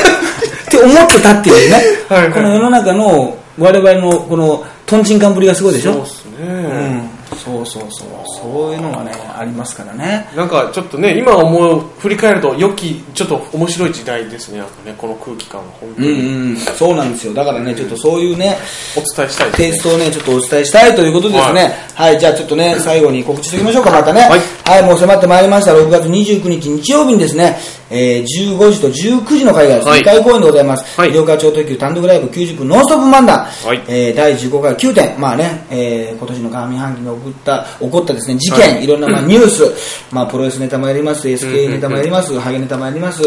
[SPEAKER 1] って思ってたっていうね、
[SPEAKER 2] はいはい
[SPEAKER 1] この世の中の我々のこの、とんちんかんぶりがすごいでしょ。
[SPEAKER 2] そうです
[SPEAKER 1] う
[SPEAKER 2] ね。
[SPEAKER 1] んそうそうそう。そういうのがね、ありますからね。
[SPEAKER 2] なんかちょっとね、今思う、振り返ると、良き、ちょっと面白い時代ですね、なんかね、この空気感は本当
[SPEAKER 1] うん
[SPEAKER 2] に。
[SPEAKER 1] うん、そうなんですよ。だからね、ちょっとそういうね、
[SPEAKER 2] お伝えしたい
[SPEAKER 1] テイ
[SPEAKER 2] で
[SPEAKER 1] ス
[SPEAKER 2] すね。
[SPEAKER 1] トをね、ちょっとお伝えしたいということですね。はい、じゃあちょっとね、最後に告知しておきましょうか、またね。は
[SPEAKER 2] はいい、
[SPEAKER 1] もう迫ってまいりました。6月29日日曜日にですね、えー、15時と19時の会がですね、
[SPEAKER 2] はい
[SPEAKER 1] 2回公演でございます。
[SPEAKER 2] はい
[SPEAKER 1] 両川町特急単独ライブ90分ノンストップ漫談。
[SPEAKER 2] はい
[SPEAKER 1] えー第15回9点。まあね、えー今年の上半期に起こった、起こったですね、事件、い、ろんな、まあ、
[SPEAKER 2] *clears throat*
[SPEAKER 1] ニュース、まあ、プロレスネタもやります、SK ネタもやります、ハゲネタもやります、も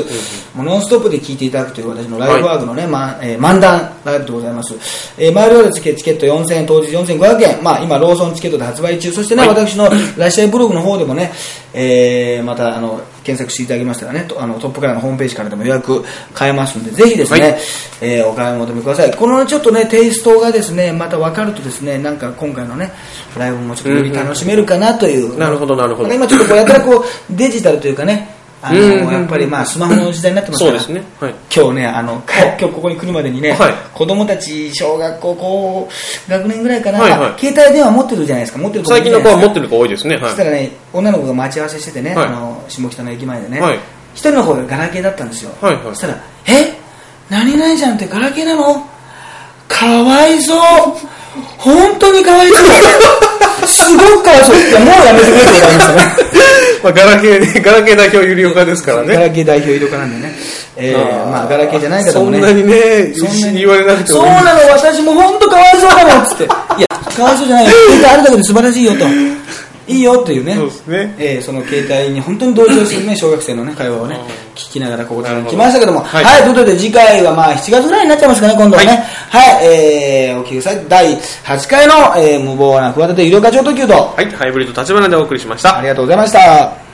[SPEAKER 1] うノンストップで聞いていただくという私のライブワークのね、まあえー漫談ライブでございます。えー、マイルオーダーチケチケット4000円、当日4500円、まあ、今、ローソンチケットで発売中、そしてね、私のラッシャイブログの方でもね、えーまた、あの、検索していただきましたらね、とあのトップからのホームページからでも予約買えますので、ぜひですね、
[SPEAKER 2] はい
[SPEAKER 1] えーお買い求めください。このちょっとね、テイストがですね、また分かるとですね、なんか今回のね、ライブもちょっとより楽しめるかなという。
[SPEAKER 2] んなるほどなるほど
[SPEAKER 1] んか今ちょっとこうやたらこう、デジタルというかね、あの、
[SPEAKER 2] うんうんうん
[SPEAKER 1] やっぱりまあスマホの時代になってます
[SPEAKER 2] そ
[SPEAKER 1] か
[SPEAKER 2] う
[SPEAKER 1] ら。
[SPEAKER 2] ですね。はい。
[SPEAKER 1] 今日ね、あの、帰今日ここに来るまでにね、
[SPEAKER 2] はい
[SPEAKER 1] 子供たち、小学校、高学年ぐらいかな、
[SPEAKER 2] はいはい
[SPEAKER 1] 携帯電話持ってるじゃないですか、持ってる子もい
[SPEAKER 2] 最
[SPEAKER 1] るじ
[SPEAKER 2] 近
[SPEAKER 1] ゃ
[SPEAKER 2] の
[SPEAKER 1] ないですか
[SPEAKER 2] 子は持ってる子多いですね。は
[SPEAKER 1] そした
[SPEAKER 2] い。
[SPEAKER 1] らね、女の子が待ち合わせしててね、
[SPEAKER 2] はい
[SPEAKER 1] あの下北の駅前でね、
[SPEAKER 2] はい
[SPEAKER 1] 一人の子がガラケーだったんですよ、
[SPEAKER 2] はいはい
[SPEAKER 1] そしたら「え何々ちゃんってガラケーなのかわいそう本当にかわい
[SPEAKER 2] *laughs*
[SPEAKER 1] そうすごくかわいそう」ってもうやめてくれって言われましたね
[SPEAKER 2] まあ、ガラケーで、ガラケー代表有料化ですから
[SPEAKER 1] ガ
[SPEAKER 2] *laughs* ね。
[SPEAKER 1] ラケー代表入りかなんでね、えー
[SPEAKER 2] あー
[SPEAKER 1] まあ、ガラケーじゃない方もね
[SPEAKER 2] そんなにね、
[SPEAKER 1] そんなに
[SPEAKER 2] 一緒に言われなくて
[SPEAKER 1] そ
[SPEAKER 2] も
[SPEAKER 1] う
[SPEAKER 2] いい
[SPEAKER 1] なの私も本当かわいそうだもんっつっていやかわいそうじゃ
[SPEAKER 2] *laughs*
[SPEAKER 1] ないよ携帯あるだけで素晴らしいよといいよっていうね
[SPEAKER 2] そうですね
[SPEAKER 1] えーその携帯に本当に同情するね小学生のね会話をね聞きながらここで来ましたけどもは、
[SPEAKER 2] はいい
[SPEAKER 1] ということで次回はまあ7月ぐらいになっちゃいますかね今度はねはい、えーお聞きください第8回の、えー無謀な企て有料化上特急と
[SPEAKER 2] はい、ハイブリッド立花でお送りしました
[SPEAKER 1] あ。りがとうございました